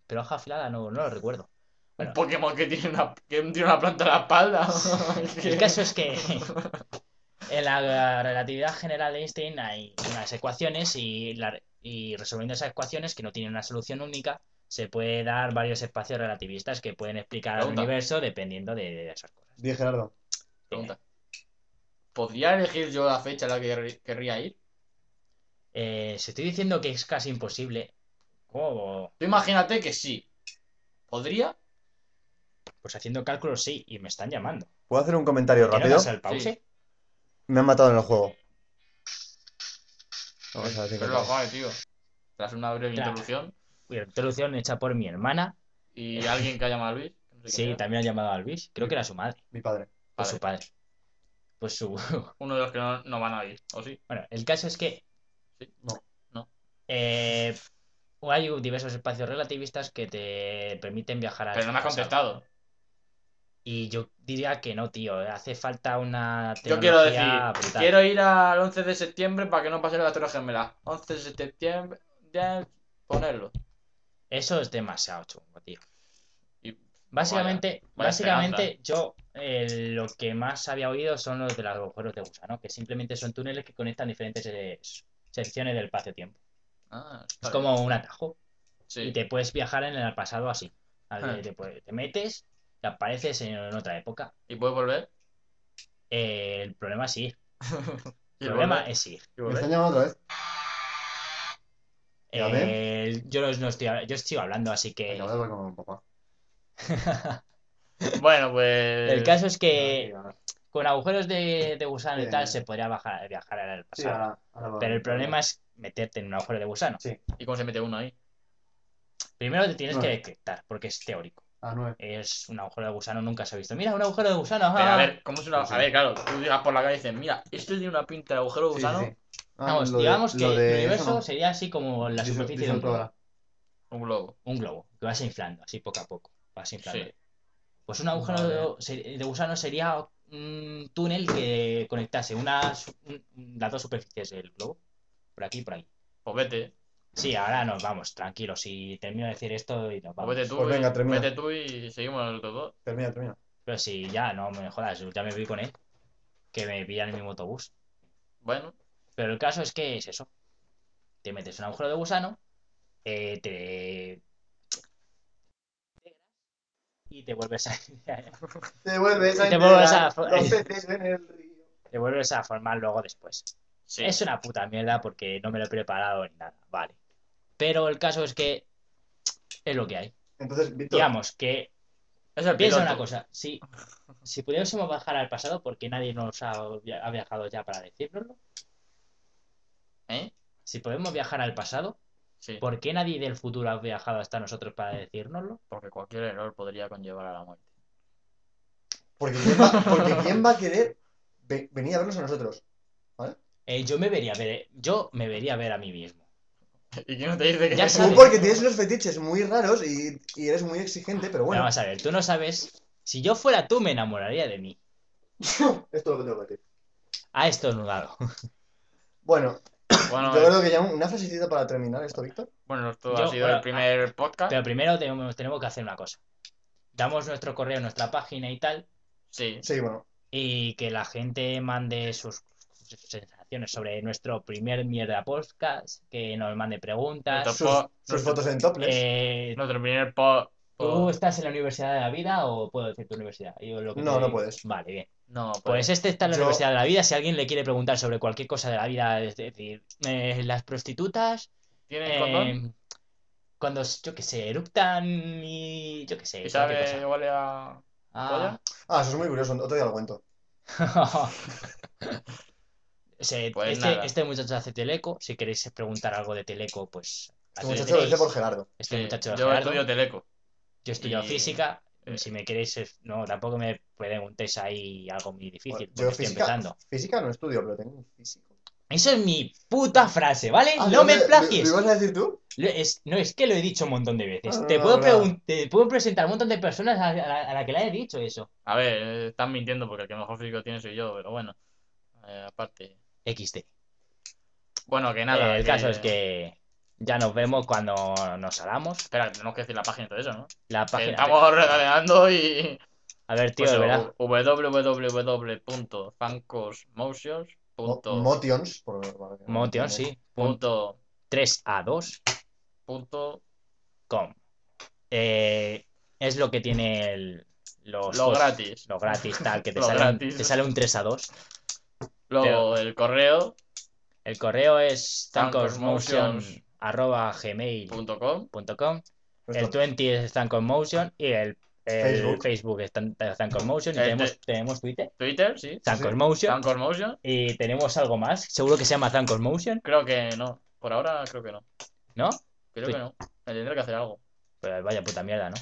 Pero hoja afilada no, no lo recuerdo. Bueno.
Un Pokémon que tiene una, que tiene una planta en la espalda.
El caso es que en la relatividad general de Einstein hay unas ecuaciones y, la- y resolviendo esas ecuaciones que no tienen una solución única, se puede dar varios espacios relativistas que pueden explicar al
Pregunta.
universo dependiendo de, de esas cosas.
Bien, Gerardo.
Pregunta. ¿Podría elegir yo la fecha a la que querri- querría ir?
Eh, si estoy diciendo que es casi imposible, ¿cómo?
Tú imagínate que sí. ¿Podría?
Pues haciendo cálculos sí, y me están llamando.
¿Puedo hacer un comentario
¿Quiero
rápido?
pasar el pause?
Sí.
Me han matado en el juego. Vamos a ver si
Pero lo
encontramos.
joder, tío. Tras una breve
Claro.
interrupción
Uy, Interrupción hecha por mi hermana.
y alguien que ha llamado a Luis. que no sé
Sí,
quién era,
también ha llamado a Luis. Creo que era su madre,
Mi padre.
o
Vale.
su padre. Pues su,
Uno de los que no, no van a ir. ¿O sí?
Bueno, el caso es que
Sí. No.
eh, hay diversos espacios relativistas que te permiten viajar al
Pero no me has
pasado.
contestado.
Y yo diría que no, tío. Hace falta una
Yo quiero decir,
tecnología brutal.
quiero ir al 11 de septiembre para que no pase la Torre Gemela. 11 de septiembre, ya ponerlo.
Eso es demasiado chungo, tío.
Y-
Básicamente,
vaya
básicamente yo eh, lo que más había oído son los de los agujeros de gusano, que simplemente son túneles que conectan diferentes eh, secciones del espacio-tiempo.
Ah,
Es como un atajo.
Sí.
Y te puedes viajar en el pasado así. Al- eh,
Ah.
Te, puede- te metes y apareces en, en otra época.
¿Y puedes volver?
Eh, el problema es ir.
¿Y
El problema
volver?
es ir. Eh,
¿Y
Me
volver?
están llamando otra vez. Y a ver.
Eh, yo no, no estoy, yo sigo hablando, así que.
Acabo de hablar con mi papá.
Bueno, pues.
El caso es
Sí,
que
ahora-
con agujeros de, de gusano y
Sí.
tal se podría bajar- viajar al
Eh, sí,
pasado.
ahora- ahora va-
Pero el problema es meterte en un agujero de gusano.
Sí.
¿Y cómo se mete uno ahí?
Primero te tienes que
Bueno.
detectar, porque es teórico.
Ah, no, eh.
Es un agujero de gusano, nunca se ha visto. Mira, un agujero de gusano.
Pero
ah".
a ver, ¿cómo es una.?
Sí, sí.
A ver, claro, tú llegas por la calle y dices, mira, esto tiene una pinta de agujero de
Sí, sí,
gusano.
sí. Ah,
Vamos,
lo de-
digamos que
lo de
el universo
eso no.
sería así como la
Dice-
superficie
dice
de un
otra
globo.
hora.
Un globo.
un globo que vas inflando así poco a poco. Así, en plan,
Sí.
Pues un agujero se- de gusano sería un túnel que conectase una, su- un- las dos superficies del globo. Por aquí y por ahí.
Pues vete.
Sí, ahora nos vamos, tranquilos. Si termino de decir esto y nos
Pues
vamos.
vete tú.
Pues
y-
venga, termina.
vete tú y seguimos los dos.
Termina, termina.
Pero si ya, no me jodas, yo ya me fui con él. Que me pillan en el mismo autobús.
Bueno,
Pero el caso es que es eso. Te metes en un agujero de gusano, eh, te... Y te vuelves a...
Te vuelves a
Te vuelves
enterar,
a- eh.
los peces en el río.
te vuelves a formar luego después.
sí.
Es una puta mierda porque no me lo he preparado ni nada, vale. Pero el caso es que es lo que hay.
Entonces, Víctor,
Digamos que
Es el
Piensa
piloto.
una cosa, si, si pudiésemos bajar al pasado, porque nadie nos ha, ha viajado ya para decírnoslo,
¿Eh?
si podemos viajar al pasado,
Sí.
¿por qué nadie del futuro ha viajado hasta nosotros para decírnoslo?
Porque cualquier error podría conllevar a la muerte.
porque ¿quién va, porque ¿quién va a querer ve- venir a vernos a nosotros?
Eh, yo me vería ver, yo me vería ver a mí mismo.
¿Y quién no te dice que
Ya
te-
sabes.
Tú porque tienes unos fetiches muy raros y, y eres muy exigente, pero
Pero
bueno,
vamos a ver, tú no sabes, si yo fuera tú me enamoraría de mí,
esto es lo que tengo que decir.
a estornudado.
Bueno,
Bueno,
yo creo que ya una frasecita para terminar esto, Víctor.
bueno, esto
Yo-
ha sido
bueno, ah,
el primer podcast.
Pero primero tenemos, tenemos que hacer una cosa. Damos nuestro correo, nuestra página y tal,
Sí.
Sí, bueno,
y que la gente mande sus sus sensaciones sobre nuestro primer mierda podcast, que nos mande preguntas.
Entonces,
sus,
po-
sus fotos en topless.
Eh,
Nuestro primer pod.
¿Tú
pod-
estás en la universidad de la vida o puedo decir tu universidad? Yo lo que
No,
te-
no puedes.
Vale, bien.
No,
Pues este está en la
Yo-
universidad de la vida. Si alguien le quiere preguntar sobre cualquier cosa de la vida, es decir, eh, las prostitutas,
¿Tienes
eh,
condón?
cuando, yo qué sé, eructan y yo qué sé,
¿Y
cualquier
sabe
cosa.
igual a
Ah.
Ah, eso es muy curioso, otro día lo cuento.
Se-
Pues
este,
nada.
este muchacho hace Teleco. Si queréis preguntar algo de Teleco, pues
Este
así lo
muchacho lo
tenéis.
dice por Gerardo.
Este
Sí,
muchacho de
Yo
Gerardo.
estudio teleco.
Yo he estudiado
y-
física.
eh.
Si me queréis, es- no, tampoco me preguntéis ahí algo muy difícil.
Bueno,
porque estoy empezando.
física, física no estudio, pero tengo un físico.
Eso es mi puta frase, ¿vale?
Ah,
Eh, no me
¿lo-
plagies.
¿Lo, lo ibas a decir tú?
Lo- es- no, es que lo he dicho un montón de veces.
Ah, no,
te,
no,
puedo
no, no.
pregun- te puedo presentar un montón de personas a, a la, a la que le he dicho eso.
A ver, eh, están mintiendo porque el que mejor físico tiene soy yo, pero bueno. Eh, aparte.
XD.
Bueno, que nada.
Eh, el
que-
caso es que ya nos vemos cuando nos salamos.
Espera, tenemos que decir la página y todo eso, ¿no? Que
La página.
estamos regateando y.
A ver, tío,
Pues
de verdad.
eso,
Mo-
www.fancosmotions.com
Motions. Por, para que-
Motion, sí. Punto 3A2.com. Eh, es lo que tiene el, los
Lo
hosts,
gratis.
Lo gratis, tal, que te,
Lo
sale, Un,
gratis.
te sale un 3A2.
Luego el correo
El correo es
Tancosmotions.
tancosmotion.gmail.com.
punto com.
El
Nuestro-
20 es tancosmotion y el, el
Facebook.
Facebook es Tan- tancosmotion. Y
El
tenemos,
te-
tenemos Twitter,
Twitter, Este- sí.
tancosmotion.
Fancosmotions.
Y tenemos algo más, seguro que se llama tancosmotion,
Creo que no. Por ahora creo que no.
¿no?
Creo
Sí.
que no. Me tendré que hacer algo.
Pues vaya puta mierda, ¿no?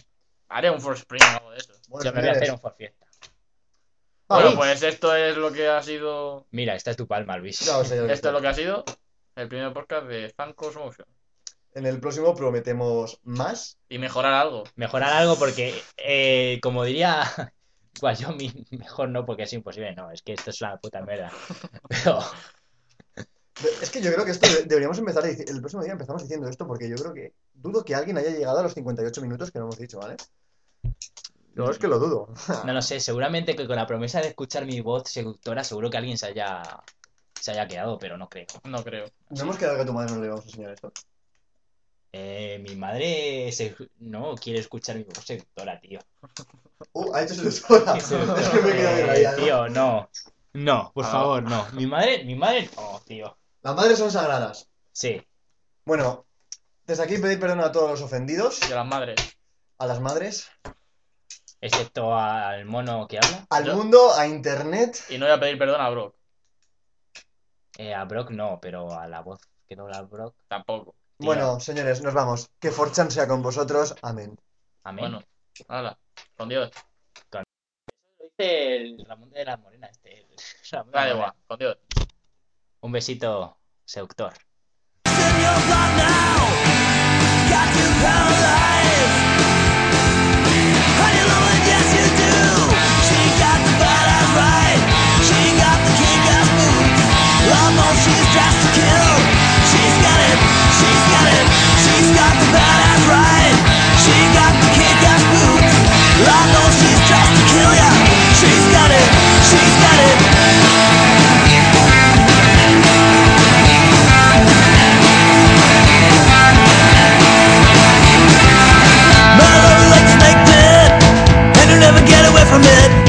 Haré un for spring o algo de eso.
Bueno,
Yo me voy a
señores,
hacer un forfiesta.
vamos.
Bueno, pues esto es lo que ha sido.
Mira, esta es tu palma, Luis.
Ya lo sé, ya lo sé.
Esto es lo que ha sido el primer podcast de Fancosmotion.
En el próximo prometemos más.
Y mejorar algo.
Mejorar algo porque, eh, como diría Wyoming, mejor no porque es imposible. No, es que esto es una puta mierda. Pero
Es que yo creo que esto de- deberíamos empezar a decir. El próximo día empezamos diciendo esto porque yo creo que dudo que alguien haya llegado a los 58 minutos que no hemos dicho, ¿vale? No, es que lo dudo.
no lo sé, seguramente que con la promesa de escuchar mi voz seductora, seguro que alguien se haya, se haya quedado, pero no creo.
No creo.
No hemos quedado que a tu madre no le vamos a enseñar esto.
Eh, mi madre se- no quiere escuchar mi voz seductora, tío.
Uh, ha hecho seductora. Es que me he quedado
Eh,
rayado.
tío, no. No, por
Ah.
favor, no. Mi madre, mi madre, no, tío.
Las madres son sagradas.
Sí,
Bueno, desde aquí pedir perdón a todos los ofendidos,
Y a las madres.
a las madres,
excepto al mono que habla.
al
Yo-
mundo, a internet.
Y no voy a pedir perdón a Brock.
Eh, a Brock no, pero a la voz que dobla a Brock.
Tampoco.
Tío.
Bueno, señores, nos vamos. Que Forchan sea con vosotros. Amén.
Amén.
Bueno, hala. Con Dios.
Dice el Ramón de la Morena, este. el Ramón de la
Dale
Morena.
igual. Con Dios.
Un besito, seductor.
Got you paralyzed.
from it.